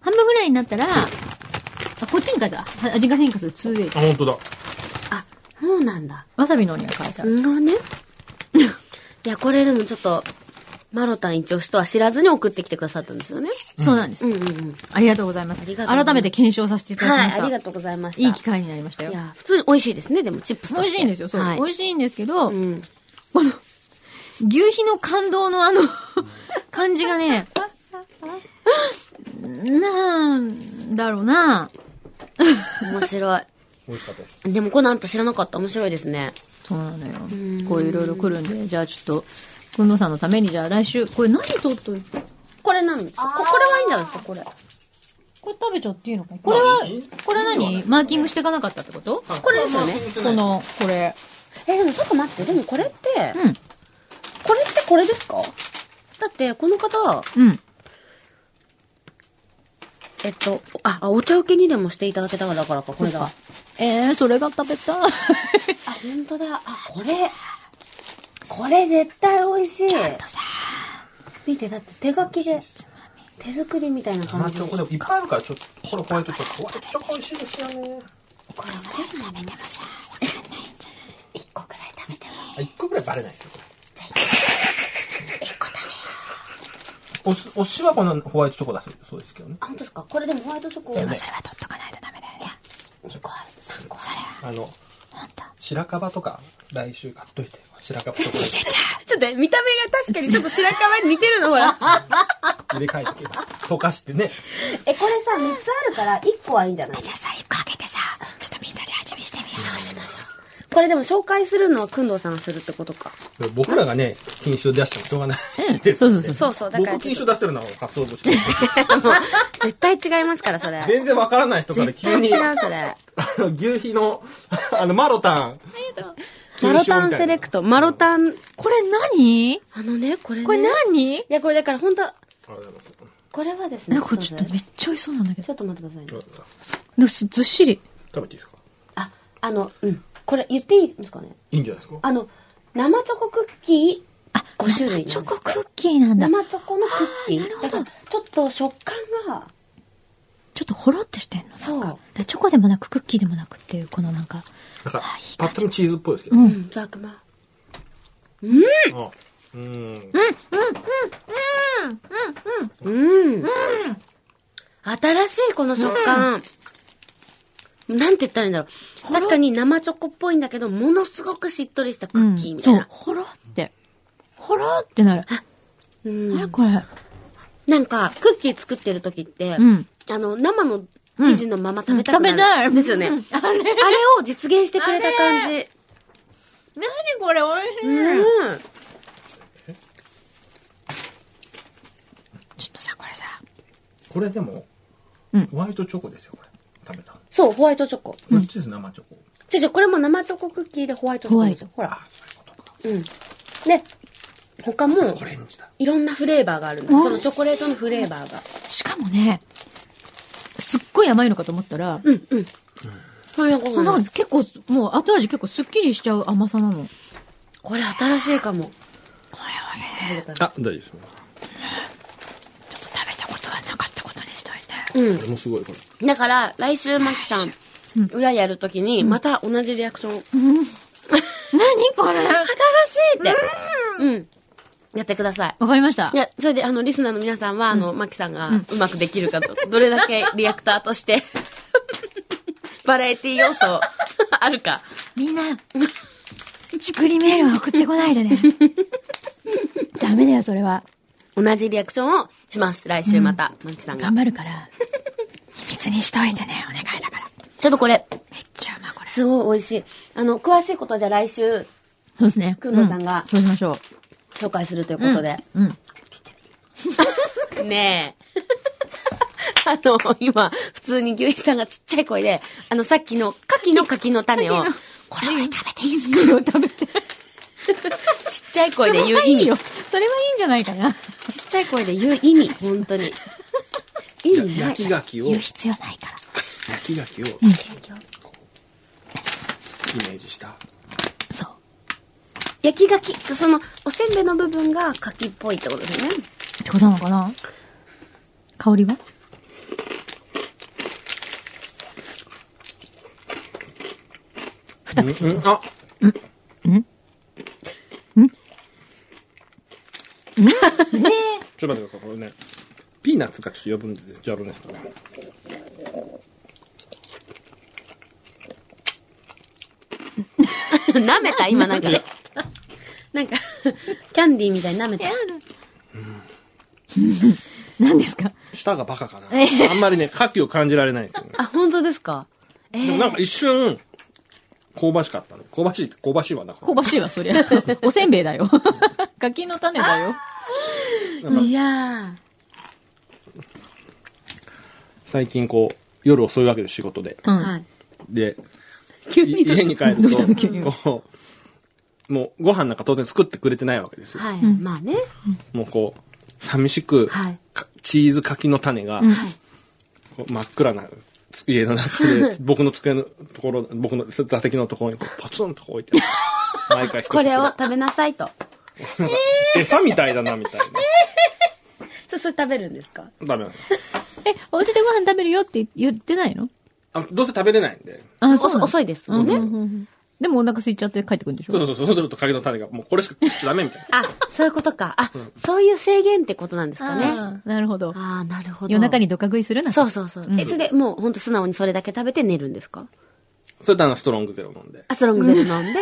[SPEAKER 4] 半分ぐらいになったら、あ、こっちに書いてある。味が変化するツーウェイ。
[SPEAKER 7] あ、本当だ。
[SPEAKER 5] あ、そうなんだ。
[SPEAKER 4] わさびのには書いてある。
[SPEAKER 5] なるほ どね。いや、これでもちょっと、マロタン一押しとは知らずに送ってきてくださったんですよね。
[SPEAKER 4] そうなんで
[SPEAKER 5] う
[SPEAKER 4] す
[SPEAKER 5] ん。うんうん。
[SPEAKER 4] ありがとうございます。
[SPEAKER 5] ありがとうございます
[SPEAKER 4] 改めて検証させていただき
[SPEAKER 5] は
[SPEAKER 4] ま
[SPEAKER 5] い、
[SPEAKER 4] した。
[SPEAKER 5] ありがとうございました。
[SPEAKER 4] いい機会になりましたよ
[SPEAKER 5] い。や、普通に美味しいですね、でも、チップス
[SPEAKER 4] 美
[SPEAKER 5] と
[SPEAKER 4] 味
[SPEAKER 5] して。
[SPEAKER 4] しいんですよ、そう。
[SPEAKER 5] はい、
[SPEAKER 4] 美味しいんですけど、
[SPEAKER 5] うん。
[SPEAKER 4] この、牛皮の感動のあ の、感じが ね、なんだろうな。
[SPEAKER 5] 面白い。
[SPEAKER 7] 美味しかったです。
[SPEAKER 5] でも、このあと知らなかった。面白いですね。
[SPEAKER 4] そうなのよ。こういろいろ来るんで、じゃあちょっと、くんのさんのために、じゃあ来週、これ何取っといて、
[SPEAKER 5] これなんですよここれはいいんじゃないですか、これ。
[SPEAKER 4] これ食べちゃっていいのかこれは、これは何マーキングしていかなかったってこと
[SPEAKER 5] これですよね。
[SPEAKER 4] この、これ。
[SPEAKER 5] え、でもちょっと待って、でもこれって、
[SPEAKER 4] うん
[SPEAKER 5] これってこれですかだって、この方、
[SPEAKER 4] うん。
[SPEAKER 5] えっと、あ、あお茶受けにでもしていただけたからだからか、これだ。あ、
[SPEAKER 4] えー、それが食べたい。
[SPEAKER 5] 本当だ。あ、これ。これ絶対美味しい。見て、だって手書きで、手作りみたいな感
[SPEAKER 7] 生
[SPEAKER 5] じ。
[SPEAKER 7] チョコでもいっぱいあるから、ちょっと、これホワイトチョコ。ホワイトチョコ美味しいですよね。
[SPEAKER 5] これは全部舐めてもさ、わかんないんじゃない一個くらい食べてもいい。
[SPEAKER 7] あ、一個ぐらいバレないですよ、これ。一個だね。おしはこのホワイトチョコだそうですけどね。
[SPEAKER 5] あ、本当ですかこれでもホワイトチョコ。
[SPEAKER 7] でもそ
[SPEAKER 5] れは取っとかないとダメだよね。2個ある、3個ある。それは。
[SPEAKER 7] あの、白樺とか、来週買っといて。白樺とこ
[SPEAKER 5] ちょっと見た目が確かにちょっと白樺に似てるの、ほら。
[SPEAKER 7] 入れ替えとけば。溶かしてね。
[SPEAKER 5] え、これさ、3つあるから、1個はいいんじゃないじゃあさ、1個あげてさ、ちょっとみんなで味見してみよう。そうしましょう。これでも紹介するのは、くんどうさんがするってことか。
[SPEAKER 7] でも僕らがね、禁酒を出してもしょうがない。
[SPEAKER 4] うんそうそうそう
[SPEAKER 5] そうそう、だから
[SPEAKER 7] 僕
[SPEAKER 5] ち
[SPEAKER 7] 禁
[SPEAKER 5] ょっ
[SPEAKER 7] 酒出してるのはカツオ節。
[SPEAKER 5] と、絶対違いますから、それ。
[SPEAKER 7] 全然わからない人から
[SPEAKER 5] 絶
[SPEAKER 7] 急
[SPEAKER 5] 対
[SPEAKER 7] に、
[SPEAKER 5] 違
[SPEAKER 7] あ
[SPEAKER 5] う、それ。
[SPEAKER 7] の、牛皮の、あの、マロタン。
[SPEAKER 5] マロタンセレクト、マロタン。
[SPEAKER 4] これ何
[SPEAKER 5] あのね、これね。
[SPEAKER 4] これ
[SPEAKER 5] い
[SPEAKER 4] 何、
[SPEAKER 5] や、これだから本当
[SPEAKER 7] ありがとうございます
[SPEAKER 5] これはですね。
[SPEAKER 4] なんかこれちょっと
[SPEAKER 5] ち
[SPEAKER 4] めっちゃ美味しそうなんだけど。
[SPEAKER 5] ょっと待ってくださいね。
[SPEAKER 4] なんかすずっしり。
[SPEAKER 7] 食べていいですか
[SPEAKER 5] あ、あの、うん。これ言っていいんですかね
[SPEAKER 7] いいんじゃないですか
[SPEAKER 5] あの、生チョコクッキー、5種類なんです
[SPEAKER 4] チョコクッキーなんだ。
[SPEAKER 5] 生チョコのクッキー。だから、ちょっと食感が、
[SPEAKER 4] ちょっとほろってしてんのなんか
[SPEAKER 5] そう
[SPEAKER 4] だからチョコでもなくクッキーでもなくっていう、このなんか。
[SPEAKER 7] なんか、パッと見チーズっぽいですけど。
[SPEAKER 5] うん、ザクマ。
[SPEAKER 7] あうん。
[SPEAKER 5] うん。新しい、この食感。なんて言ったらいいんだろう。確かに生チョコっぽいんだけど、ものすごくしっとりしたクッキーみたい
[SPEAKER 4] うん
[SPEAKER 5] な。
[SPEAKER 4] そう、ほろって。ほろってなる。
[SPEAKER 5] うん
[SPEAKER 4] あ、これ。
[SPEAKER 5] なんか、クッキー作ってる時って、
[SPEAKER 4] うん。
[SPEAKER 5] あの、生の生地のまま食べたく
[SPEAKER 4] うん食べた
[SPEAKER 5] ないる。ですよね。あれを実現してくれた感じ。
[SPEAKER 4] なにこれ美
[SPEAKER 5] うん。
[SPEAKER 4] ちょっとさ、これさ。
[SPEAKER 7] これでも
[SPEAKER 4] うん、
[SPEAKER 7] ホワイトチョコですよ、これ。食べたの。
[SPEAKER 5] そう、ホワイトチョコ。
[SPEAKER 7] こっちです、生チョコ。
[SPEAKER 5] ちょちょ、これも生チョコクッキーでホワイトチョコですよ。ほら。うん。で、他も
[SPEAKER 7] オ、レンジだ。
[SPEAKER 5] いろんなフレーバーがあるんです。そのチョコレートのフレーバーが。
[SPEAKER 4] しかもね、すっごい甘いのかと思ったら、
[SPEAKER 5] うんうん。そんなこ
[SPEAKER 4] そ
[SPEAKER 5] と
[SPEAKER 4] んな
[SPEAKER 5] な
[SPEAKER 4] こ
[SPEAKER 5] い
[SPEAKER 4] と結構、もう後味結構すっきりしちゃう甘さなの。
[SPEAKER 5] これ新しいかも。
[SPEAKER 2] あ、大丈夫です。
[SPEAKER 4] ちょっと食べたことはなかったことにしといて。
[SPEAKER 5] うん。
[SPEAKER 7] これもすごい、これ。
[SPEAKER 5] だから、来週、マキさん、裏やるときに、また同じリアクション。
[SPEAKER 4] 何これ
[SPEAKER 5] 新しいって。うん。やってください。
[SPEAKER 4] わかりました
[SPEAKER 5] い。や、それで、あの、リスナーの皆さんは、あの、マキさんがうまくできるかと、どれだけリアクターと して、バラエティ要素あるか。
[SPEAKER 4] みんな、ちくりメールは送ってこないで ね。ダメだよ、それは。
[SPEAKER 5] 同じリアクションをします。来週また、マキさんが
[SPEAKER 4] 頑。張るから。秘密にしといてね、お願いだから。
[SPEAKER 5] ちょっとこれ、
[SPEAKER 4] めっちゃうまい、これ。
[SPEAKER 5] すごい美味しい。あの、詳しいことはじゃあ来週
[SPEAKER 4] そうですね。
[SPEAKER 5] くんどうさんが
[SPEAKER 4] うそうしましょう。
[SPEAKER 5] 紹介するということで。
[SPEAKER 4] うん。
[SPEAKER 5] ねえ。 あの、今、普通に牛一さんがちっちゃい声で、あの、さっきの、牡蠣の柿の種を、これ俺食べていいですか食べ て。ちっちゃい声で言う意
[SPEAKER 4] いい
[SPEAKER 5] 味。ち
[SPEAKER 4] よ。
[SPEAKER 5] っ
[SPEAKER 4] それはいいんじゃないかな。
[SPEAKER 5] ちゃい声で言う意味。本当に。いいんじゃない
[SPEAKER 7] 焼きガキを、
[SPEAKER 4] 言う
[SPEAKER 7] 焼
[SPEAKER 4] 必要ないから。
[SPEAKER 7] きガキをイメージした。
[SPEAKER 4] そう。
[SPEAKER 5] 焼きガキそのおせんべいの部分が柿っぽいってことですね
[SPEAKER 4] ってことなのかな香りは
[SPEAKER 7] うん、あ
[SPEAKER 4] ね
[SPEAKER 7] ちょっと待ってください、これね。ピーナッツがちょっと余分で邪分ですかね。
[SPEAKER 5] 舐めた今なんか。 なんか、キャンディーみたいに舐めた。
[SPEAKER 4] え。何ですか
[SPEAKER 7] 舌がバカかな。あんまりね、牡蠣を感じられないんですよね。
[SPEAKER 5] あ、本当ですか
[SPEAKER 7] でもなんか一瞬、香ばしかったね。香ばしい、香ばしいわな。
[SPEAKER 4] 香ばしいわ、 そりゃ。おせんべいだよ。柿の種だよ。
[SPEAKER 5] いや
[SPEAKER 7] 最近こう、夜遅いわけで仕事で。
[SPEAKER 4] う
[SPEAKER 5] ー。
[SPEAKER 4] ん。
[SPEAKER 5] はい。
[SPEAKER 7] で、
[SPEAKER 5] 急
[SPEAKER 7] い家に帰る
[SPEAKER 4] どうしたの急に
[SPEAKER 7] と、こう、もうご飯なんか当然作ってくれてないわけですよ。
[SPEAKER 5] はい。まあね。
[SPEAKER 7] もうこう、寂しく、
[SPEAKER 5] はい
[SPEAKER 7] かチーズ柿の種が、こう真っ暗な家の 中で、僕の机のところ、僕の座席のところにこうポツンとこう置いて、 毎回一
[SPEAKER 5] これを
[SPEAKER 7] 袋
[SPEAKER 5] 食べなさいと。
[SPEAKER 7] 餌みたいだな、みたいな。
[SPEAKER 5] そ、それ食べるんですか
[SPEAKER 7] ダメなんですよ
[SPEAKER 4] え、お家でご飯食べるよって言ってないの
[SPEAKER 7] あどうせ食べれないんで。
[SPEAKER 4] あ、
[SPEAKER 5] 遅
[SPEAKER 4] そうなの
[SPEAKER 5] 遅いですもんね。
[SPEAKER 4] でもお腹空いちゃって帰ってくるんでし
[SPEAKER 7] そう
[SPEAKER 4] ょ
[SPEAKER 7] そうそう、そうすると柿の種が、もうこれしか食っちゃダメみたいな。
[SPEAKER 5] あ、そういうことか。あ、そういう制限ってことなんですかね。
[SPEAKER 4] あーなるほど。
[SPEAKER 5] ああ、なるほど。
[SPEAKER 4] 夜中に。ドカ食いするなと。
[SPEAKER 5] そうそうそう。え、それでもうほんと素直にそれだけ食べて寝るんですか
[SPEAKER 7] それとあの、ストロングゼロ飲んで。
[SPEAKER 5] あ、ストロングゼル飲んで。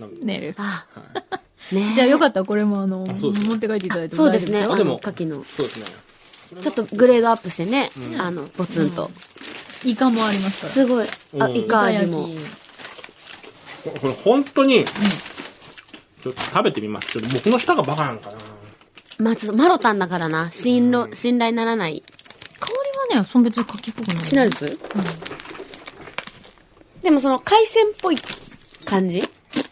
[SPEAKER 7] 飲んで
[SPEAKER 4] 寝る。
[SPEAKER 5] あ、ねえ
[SPEAKER 4] じゃあよかったらこれもあの、
[SPEAKER 7] そうですね
[SPEAKER 4] 持って帰っていただいても
[SPEAKER 5] そ
[SPEAKER 4] 大
[SPEAKER 5] う
[SPEAKER 4] 丈夫
[SPEAKER 5] ですね。
[SPEAKER 4] か
[SPEAKER 5] あ
[SPEAKER 7] あでも
[SPEAKER 5] の、牡蠣の。
[SPEAKER 7] そうですね。
[SPEAKER 5] ちょっとグレードアップしてね。あの、ボツンと。
[SPEAKER 4] イカもありますから。
[SPEAKER 5] すごい。あ、
[SPEAKER 7] うん
[SPEAKER 5] イカ味も。
[SPEAKER 4] イカ焼
[SPEAKER 7] ここれ本当に、ちょっと食べてみます。ちょっと僕の舌がバカなのかな。
[SPEAKER 5] まあちょっとマロタンだからな。信頼、信頼ならない。
[SPEAKER 4] き香りはね、そん別に柿っぽくない。
[SPEAKER 5] しないです、でもその海鮮っぽい感じ
[SPEAKER 4] う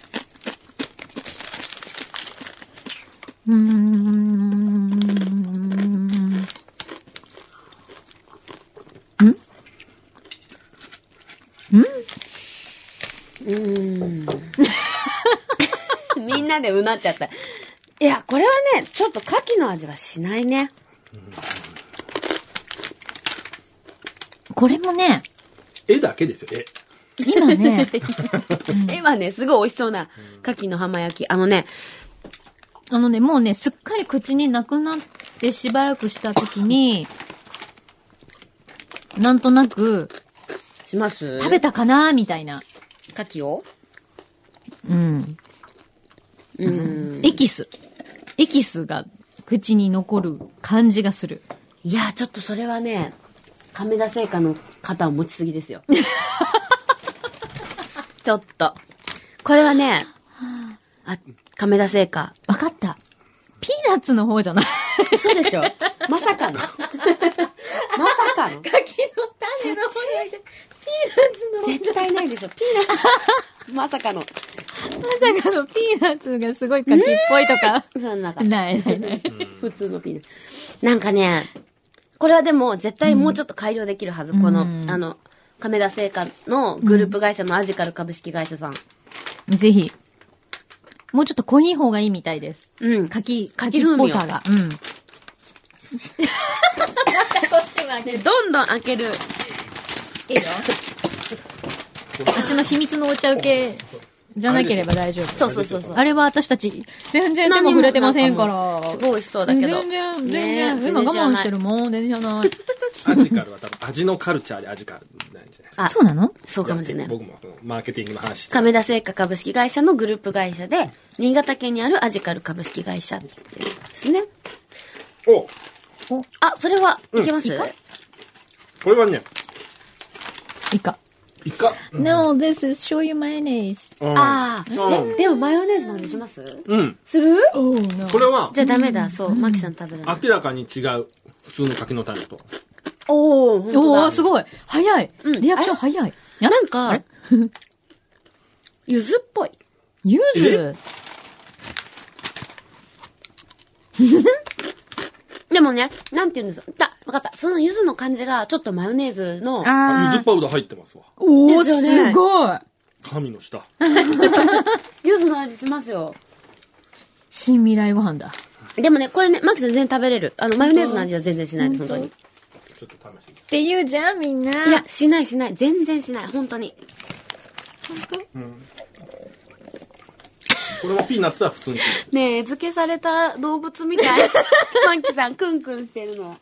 [SPEAKER 4] ーん。
[SPEAKER 5] みんなでうなっちゃった。いや、これはね、ちょっと牡蠣の味はしないね。
[SPEAKER 4] これもね、
[SPEAKER 7] 絵だけですよ、絵。
[SPEAKER 4] 今ね、
[SPEAKER 5] 今ね、すごい美味しそうな牡蠣の浜焼き。あのね、
[SPEAKER 4] あのね、もうね、すっかり口になくなってしばらくした時に、なんとなく、
[SPEAKER 5] します
[SPEAKER 4] 食べたかなみたいな。
[SPEAKER 5] 牡蠣を
[SPEAKER 4] うん。うん。エキス。エキスが口に残る感じがする。
[SPEAKER 5] いや、ちょっとそれはね、亀田製菓の肩を持ちす ぎですよ。ちょっと。これはね、あ、亀田製菓。
[SPEAKER 4] わかった。ピーナッツの方じゃ ない。
[SPEAKER 5] 嘘でしょまさかの。まさか
[SPEAKER 4] 種の方
[SPEAKER 5] の。
[SPEAKER 4] じゃなくて、
[SPEAKER 5] 絶対ないでしょ。ピーナッツ。まさかの。
[SPEAKER 4] まさかのピーナッツがすごい柿っぽいとか。
[SPEAKER 5] そんなか
[SPEAKER 4] ないないない。
[SPEAKER 5] 普通のピーナッツ。なんかね、これはでも絶対もうちょっと改良できるはず。この、
[SPEAKER 4] うん
[SPEAKER 5] あの、亀田製菓のグループ会社のアジカル株式会社さん。
[SPEAKER 4] ぜひ。もうちょっと濃い方がいいみたいです。
[SPEAKER 5] うん。
[SPEAKER 4] 柿、柿
[SPEAKER 5] 柿
[SPEAKER 4] っ
[SPEAKER 5] 風味
[SPEAKER 4] ぽ
[SPEAKER 5] を
[SPEAKER 4] さが。うん。
[SPEAKER 5] どんどん開ける。
[SPEAKER 4] いいよ。あっちの秘密のお茶受けじゃなければ大丈夫。
[SPEAKER 5] そうそうそうそう。
[SPEAKER 4] あれは私たち、全然手も触れてませんから。
[SPEAKER 5] すごい美味しそうだけど。
[SPEAKER 4] 全然、全
[SPEAKER 5] ね
[SPEAKER 4] 然、
[SPEAKER 5] え
[SPEAKER 4] 今我慢して。
[SPEAKER 5] 全然知ら
[SPEAKER 4] る
[SPEAKER 5] ない
[SPEAKER 4] もん、全然じゃない。
[SPEAKER 7] アジカルは多分味のカルチャーでアジカルなんじゃないですか。
[SPEAKER 5] あ、
[SPEAKER 4] そうなの
[SPEAKER 5] そうかもしれない。
[SPEAKER 7] 僕もそのマーケティングの話して。
[SPEAKER 5] 亀田製菓株式会社のグループ会社で、新潟県にあるアジカル株式会社っていうですね。
[SPEAKER 7] お
[SPEAKER 5] あ、それは、
[SPEAKER 7] うん
[SPEAKER 5] いけます、
[SPEAKER 7] これはね、
[SPEAKER 4] イカ。
[SPEAKER 7] イカ。
[SPEAKER 4] No, this is show you mayonnaise.
[SPEAKER 5] ああ、
[SPEAKER 7] うん
[SPEAKER 5] えでもマヨネーズの味します
[SPEAKER 7] うん。
[SPEAKER 5] する
[SPEAKER 4] Oh, no.
[SPEAKER 7] これは
[SPEAKER 5] じゃあダメだ、そう、マキさん食べられない。
[SPEAKER 7] 明らかに違う。普通の柿の種と。
[SPEAKER 5] おお、
[SPEAKER 4] おー、す
[SPEAKER 5] い。
[SPEAKER 4] ごい。早い
[SPEAKER 5] うん。
[SPEAKER 4] リアクション早い。な
[SPEAKER 5] なんか、ゆずっぽい。
[SPEAKER 4] ゆず。
[SPEAKER 5] でももね、なんて言うんですか。わかった。その柚子の感じが、ちょっとマヨネーズの、
[SPEAKER 7] あゆず
[SPEAKER 4] ああ。
[SPEAKER 7] パウダー入ってますわ。
[SPEAKER 4] おー、
[SPEAKER 5] ですよね
[SPEAKER 4] すごい。
[SPEAKER 7] 神の舌。
[SPEAKER 5] 柚子の味しますよ。
[SPEAKER 4] 新未来ご飯だ。
[SPEAKER 5] でもね、これね、マキさん全然食べれる。あの、マヨネーズの味は全然しないです、本当に。
[SPEAKER 7] ちょっと試してみて
[SPEAKER 4] って言うじゃん、みんな。
[SPEAKER 5] いや、しないしない。全然しない。本当に。
[SPEAKER 7] これもピーナッツは普通に。
[SPEAKER 5] ねえ、漬けされた動物みたい。 マキさん、クンクンしてるの。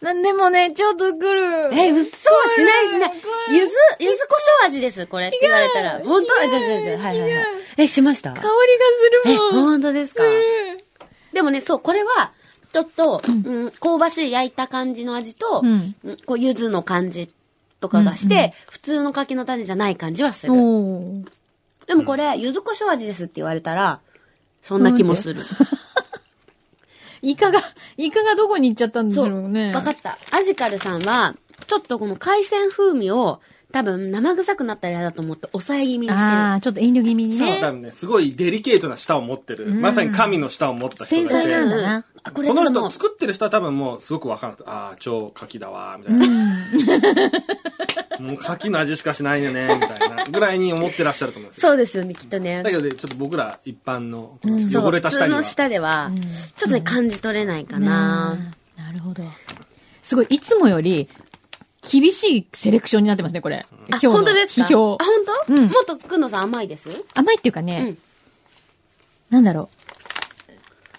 [SPEAKER 4] なんでもね、ちょっと来る。
[SPEAKER 5] え、嘘しないしない。ゆず、ゆず胡椒味です、これ。って言われたら。本当あ、じゃあじゃあじゃあはいはいはい。え、しました
[SPEAKER 4] 香
[SPEAKER 5] え、
[SPEAKER 4] りがするもん。
[SPEAKER 5] 本当ですかでもね、そう、これは、ちょっと、うん、香ばしい焼いた感じの味と、
[SPEAKER 4] うん
[SPEAKER 5] うんこう、柚子の感じとかがして、普通の柿の種じゃない感じはする。
[SPEAKER 4] おー。
[SPEAKER 5] でもこれ、柚子胡椒味ですって言われたら、そんな気もする。
[SPEAKER 4] イカが、イカがどこに行っちゃったんだ
[SPEAKER 5] そ
[SPEAKER 4] ろうね。
[SPEAKER 5] う。わかった。アジカルさんは、ちょっとこの海鮮風味を、多分生臭くなったら嫌だと思って抑え気味にして
[SPEAKER 4] あ
[SPEAKER 5] る。
[SPEAKER 4] あ、ちょっと遠慮気味に
[SPEAKER 7] そう、多
[SPEAKER 4] ね。
[SPEAKER 7] 分ね、すごいデリケートな舌を持ってる。まさに神の舌を持った
[SPEAKER 5] 繊
[SPEAKER 7] 人がい
[SPEAKER 5] 細
[SPEAKER 7] て。
[SPEAKER 5] な
[SPEAKER 4] 繊
[SPEAKER 5] ん
[SPEAKER 4] 細
[SPEAKER 5] だ
[SPEAKER 4] な
[SPEAKER 5] な。あこ
[SPEAKER 7] この
[SPEAKER 5] でも
[SPEAKER 7] 人作ってる人は多分もうすごくわからなくて、ああ、超柿だわー、みたいな。もう柿の味しかしないよね、みたいな。ぐらいに思ってらっしゃると思うんですよ。
[SPEAKER 5] そうですよね、きっとね
[SPEAKER 7] だ。けどね、ちょっと僕ら一般の
[SPEAKER 5] そう
[SPEAKER 7] 汚れた
[SPEAKER 5] 普
[SPEAKER 7] 舌
[SPEAKER 5] 通
[SPEAKER 7] には
[SPEAKER 5] の。舌では、ちょっとね、感じ取れないかな。
[SPEAKER 4] あーなるほど。すごい、いつもより、厳しいセレクションになってますね、これ。
[SPEAKER 5] あ、
[SPEAKER 4] 今日の
[SPEAKER 5] 本当ですか
[SPEAKER 4] 批評
[SPEAKER 5] あ、。本当？
[SPEAKER 4] うん
[SPEAKER 5] もっとくんのさん甘いです
[SPEAKER 4] 甘いっていうか
[SPEAKER 5] う
[SPEAKER 4] ね
[SPEAKER 5] ん、
[SPEAKER 4] なんだろ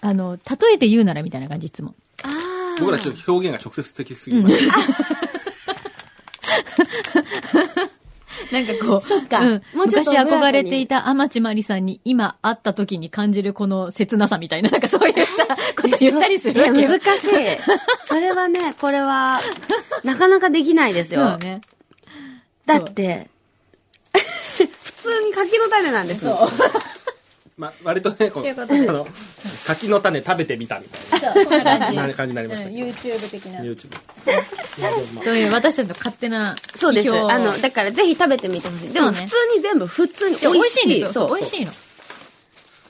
[SPEAKER 4] う。あの、例えて言うならみたいな感じ、いつも。
[SPEAKER 5] ああ
[SPEAKER 7] 僕らちょっと表現が直接的すぎます。
[SPEAKER 4] なんかこう、 そっ
[SPEAKER 5] か
[SPEAKER 4] うん、
[SPEAKER 5] もうちょっと
[SPEAKER 4] 昔憧れていた天地真理さんに今会った時に感じるこの切なさみたいな、なんか そういうさ、こと言ったりするわけよ。
[SPEAKER 5] 難しい。それはね、これは、なかなかできないです
[SPEAKER 4] そう
[SPEAKER 5] よ。
[SPEAKER 4] だね。
[SPEAKER 5] だって、普通に柿の種なんですよ。
[SPEAKER 7] まあ、割とね、こ
[SPEAKER 4] という
[SPEAKER 7] う、
[SPEAKER 4] こ
[SPEAKER 7] あ
[SPEAKER 4] とで
[SPEAKER 7] の、柿の種食べてみたみたい
[SPEAKER 4] そう、こんな 感じ。
[SPEAKER 7] な感じになりましたけど。
[SPEAKER 4] YouTube 的な。
[SPEAKER 7] YouTube。
[SPEAKER 4] という、私たちの勝手な批評。
[SPEAKER 5] そうです。あの、だからぜひ食べてみてほしい。でも
[SPEAKER 4] そう
[SPEAKER 5] 普
[SPEAKER 4] ね
[SPEAKER 5] 通に全部、普通に
[SPEAKER 4] で
[SPEAKER 5] 美
[SPEAKER 4] も美
[SPEAKER 5] 味
[SPEAKER 4] 味しいん
[SPEAKER 5] し
[SPEAKER 4] です
[SPEAKER 5] い。
[SPEAKER 4] よ。
[SPEAKER 5] そ
[SPEAKER 4] そうう、。美味しいの。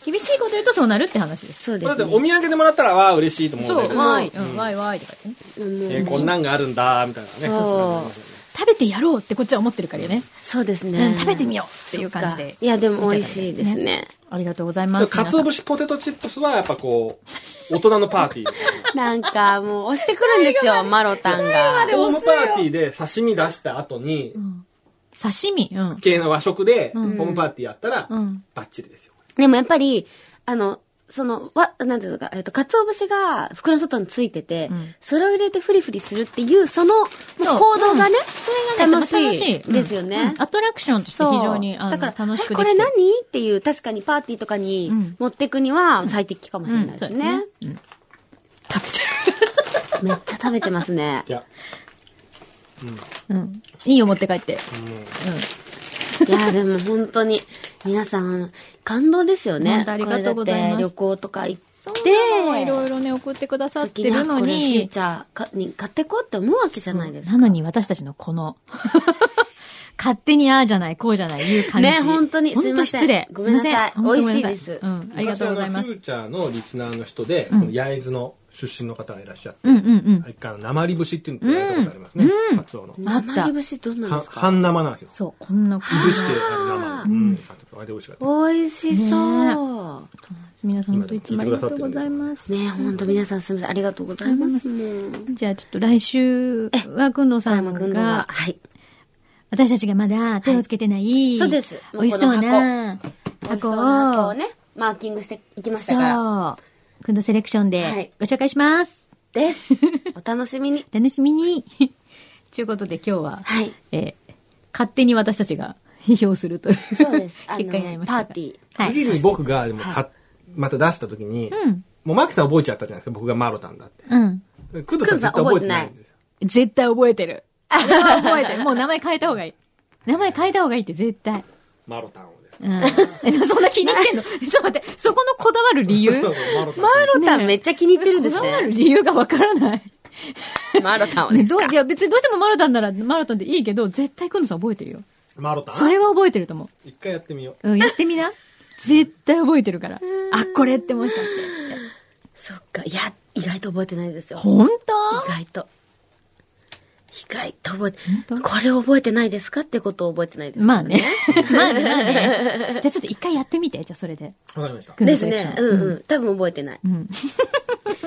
[SPEAKER 4] 厳しいこと言うとそうなるって話です。
[SPEAKER 5] そうで
[SPEAKER 7] だ
[SPEAKER 5] す
[SPEAKER 7] って。お土産でもらったら、わあ、嬉しいと思う
[SPEAKER 4] そ
[SPEAKER 7] んだけ
[SPEAKER 4] う、
[SPEAKER 7] ど、
[SPEAKER 4] わーい、うん、わーいわーいとか言ってね。
[SPEAKER 7] えーこんなんがあるんだ、みたいなね。
[SPEAKER 5] そう
[SPEAKER 4] 食べてやろうってこっちは思ってるからよね。
[SPEAKER 5] そうです
[SPEAKER 4] う
[SPEAKER 5] ね
[SPEAKER 4] ん、。食べてみようっていう感じ
[SPEAKER 5] そっ
[SPEAKER 4] で
[SPEAKER 5] か。いや、でも美味しいですね。
[SPEAKER 4] ありがとうござい
[SPEAKER 7] ち
[SPEAKER 4] ま
[SPEAKER 7] ょっと
[SPEAKER 4] す。
[SPEAKER 7] 鰹
[SPEAKER 4] 皆
[SPEAKER 7] 節ポテトチップスはやっぱこ う、大人のパーティー。
[SPEAKER 5] なんか、もう押してくるんですよ、マロタンが。
[SPEAKER 7] ホームパーティーで刺身出した後に、
[SPEAKER 4] さん刺身、うん。
[SPEAKER 7] 系の和食で、ホームパーティーやったら
[SPEAKER 4] うん、
[SPEAKER 7] バッチリですよ。
[SPEAKER 5] でもやっぱり、あの、その、わ、なんていうのか、えっと、鰹節が袋の外についてて、
[SPEAKER 4] ん
[SPEAKER 5] それを入れてフリフリするっていう、その、もう
[SPEAKER 4] そう
[SPEAKER 5] 行動がね、
[SPEAKER 4] それがね
[SPEAKER 5] 楽しい。
[SPEAKER 4] うん
[SPEAKER 5] ですよね。
[SPEAKER 4] うんアトラクションとして
[SPEAKER 5] そう
[SPEAKER 4] 非常に、あ
[SPEAKER 5] だ
[SPEAKER 4] の、
[SPEAKER 5] から
[SPEAKER 4] 楽しくできてる
[SPEAKER 5] えこれ何っていう、確かにパーティーとかに
[SPEAKER 4] ん
[SPEAKER 5] 持ってくには最適かもしれないで
[SPEAKER 4] うん
[SPEAKER 5] すね。
[SPEAKER 4] そうですねうん食べて
[SPEAKER 5] めっちゃ食べてますね
[SPEAKER 7] い。や、
[SPEAKER 4] る。うん。いいよ、持って帰って。
[SPEAKER 5] いや、でも本当に、皆さん、感動ですよね。
[SPEAKER 4] 本当ありがとうございます
[SPEAKER 5] これだって旅行とか行って。
[SPEAKER 4] そうなのいろいろね、送ってくださってるの
[SPEAKER 5] 時にフュー
[SPEAKER 4] に、
[SPEAKER 5] チャーかに買ってこうって思うわけじゃないですか。
[SPEAKER 4] なのに私たちのこ の、勝手にああじゃない、こうじゃない、いう感じ。
[SPEAKER 5] ね本当にすいませ
[SPEAKER 4] 本
[SPEAKER 5] ん
[SPEAKER 4] 当失礼。
[SPEAKER 5] ごめんなさい
[SPEAKER 4] すません
[SPEAKER 5] 美味しいです
[SPEAKER 4] 本当ごめんなさいうん、ありがとうございま
[SPEAKER 7] 昔あの
[SPEAKER 4] す
[SPEAKER 7] フ。ューチャーのリスナーの人で、この焼津の出身の方がいらっしゃって、
[SPEAKER 4] うんうんうん
[SPEAKER 7] あれから鉛節っていうのをやったことありますね。カツオの。
[SPEAKER 4] あった
[SPEAKER 5] 生節どんなん
[SPEAKER 7] は
[SPEAKER 5] ですか
[SPEAKER 7] 半生なんですよ。
[SPEAKER 4] そう、こんな感
[SPEAKER 7] いぶして生で。うん。あれで美味しかった。
[SPEAKER 5] 美味しそう。
[SPEAKER 4] じ。皆さん本当いつもありがとうございます。
[SPEAKER 5] ねほんと皆さんすみません。ありがとうございます。もう。
[SPEAKER 4] じゃあちょっと来週は、くんどうさん
[SPEAKER 5] 君のは
[SPEAKER 4] が、
[SPEAKER 5] はい。
[SPEAKER 4] 私たちがまだ手をつけてない、
[SPEAKER 5] いそうです
[SPEAKER 4] 美味しそうな
[SPEAKER 5] 美味し
[SPEAKER 4] 箱
[SPEAKER 5] そ
[SPEAKER 4] を、
[SPEAKER 5] うな箱をね、マーキングしていきましたから。
[SPEAKER 4] そう、くんどセレクション
[SPEAKER 5] はい
[SPEAKER 4] でご紹介します。
[SPEAKER 5] です。お楽しみに。
[SPEAKER 4] 楽しみに。 ということで今日は、
[SPEAKER 5] はい。
[SPEAKER 4] えー勝手に私たちが批評するという
[SPEAKER 5] そう です。あ
[SPEAKER 4] 結果になり
[SPEAKER 5] の、
[SPEAKER 4] ました
[SPEAKER 5] パ
[SPEAKER 4] が。
[SPEAKER 5] ーティー。
[SPEAKER 4] はい。
[SPEAKER 7] 次に僕がでもかまた出した時に、
[SPEAKER 4] うん。
[SPEAKER 7] もうマキさん覚えちゃったじゃないですか、僕がマロタンだって。
[SPEAKER 4] うん。
[SPEAKER 7] クドさん絶対覚えてないんですよ。
[SPEAKER 4] 絶対覚えてる。それは覚えてる。 もう名前変えた方がいい。名前変えた方がいいって絶対。
[SPEAKER 7] マロタンをです。
[SPEAKER 4] うん。 えそんな気に入ってんの ちょっと待って、そこのこだわる理由
[SPEAKER 7] そうそうマロタン
[SPEAKER 5] マロタンめっちゃ気に入ってるんです
[SPEAKER 4] こだわる
[SPEAKER 5] ね。
[SPEAKER 4] 理由がわからない。
[SPEAKER 5] マロタンは
[SPEAKER 4] ね、
[SPEAKER 5] です
[SPEAKER 4] どう
[SPEAKER 5] か
[SPEAKER 4] いや、別にどうしてもマルタンならマルタンでいいけど、絶対くんのさん覚えてるよ。
[SPEAKER 7] マロタン
[SPEAKER 4] それは覚えてると思
[SPEAKER 7] 一回やってみよう。
[SPEAKER 4] う。うん、やってみな。絶対覚えてるから。あ、これってもしかしてって。
[SPEAKER 5] そっか。いや、意外と覚えてないですよ。
[SPEAKER 4] 本
[SPEAKER 5] 意外と。意外と覚えて、これ覚えてないですかってことを覚えてないで
[SPEAKER 4] 当
[SPEAKER 5] す。
[SPEAKER 4] まあね。 まあね、まあ ね。じゃあちょっと一回やってみて、じゃあそれで。
[SPEAKER 2] わかりました。
[SPEAKER 4] 君の
[SPEAKER 5] で
[SPEAKER 4] セレ
[SPEAKER 5] す
[SPEAKER 4] クション
[SPEAKER 5] ね。うんうん。多分覚えてない。
[SPEAKER 4] うん。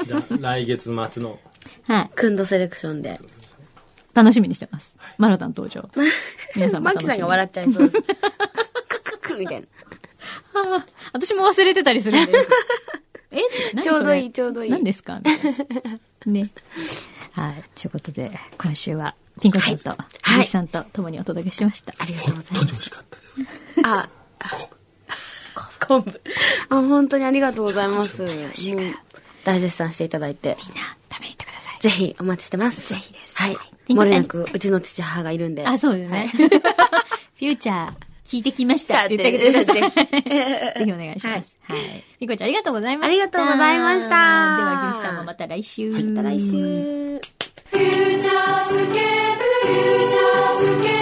[SPEAKER 2] じゃあ、来月末 の。
[SPEAKER 4] はい。
[SPEAKER 5] くんどセレクションで。
[SPEAKER 4] 楽しみにしてます。マロタン登場。皆さんも
[SPEAKER 5] マ
[SPEAKER 4] 楽
[SPEAKER 5] キ
[SPEAKER 4] しみに
[SPEAKER 5] さんが笑っちゃいそうです。クククみたい
[SPEAKER 4] 私も忘れてたりするんで。 え何
[SPEAKER 5] な。ちょうどいい、
[SPEAKER 4] それ
[SPEAKER 5] ちょうどいい。
[SPEAKER 4] 何ですかみたいな ね。はい。ということで、今週は、ピンコさんと、
[SPEAKER 5] い
[SPEAKER 4] 鈴木さんと共にお届けしました。
[SPEAKER 5] ありがとうござい
[SPEAKER 2] 本当に美味しかったです。
[SPEAKER 5] ます。あ、昆布。あ本当にありがとうございます。もう大絶賛していただいて。
[SPEAKER 4] みんな、食べに行ってください。
[SPEAKER 5] ぜひお待ちしてます。ぜひです。はい。もれなく、うちの父母がいるんで。
[SPEAKER 4] あ、そう ですね。
[SPEAKER 5] はい
[SPEAKER 4] フューチャー、聞いてきましたって言ってあげてください。 ぜひお願いします。はい。みこちゃん、ありがとうございました。
[SPEAKER 5] ありがとうございました
[SPEAKER 4] では、ぎゅうさんもまた来週。また
[SPEAKER 5] 来週。
[SPEAKER 3] フューチャースケープフューチャースケー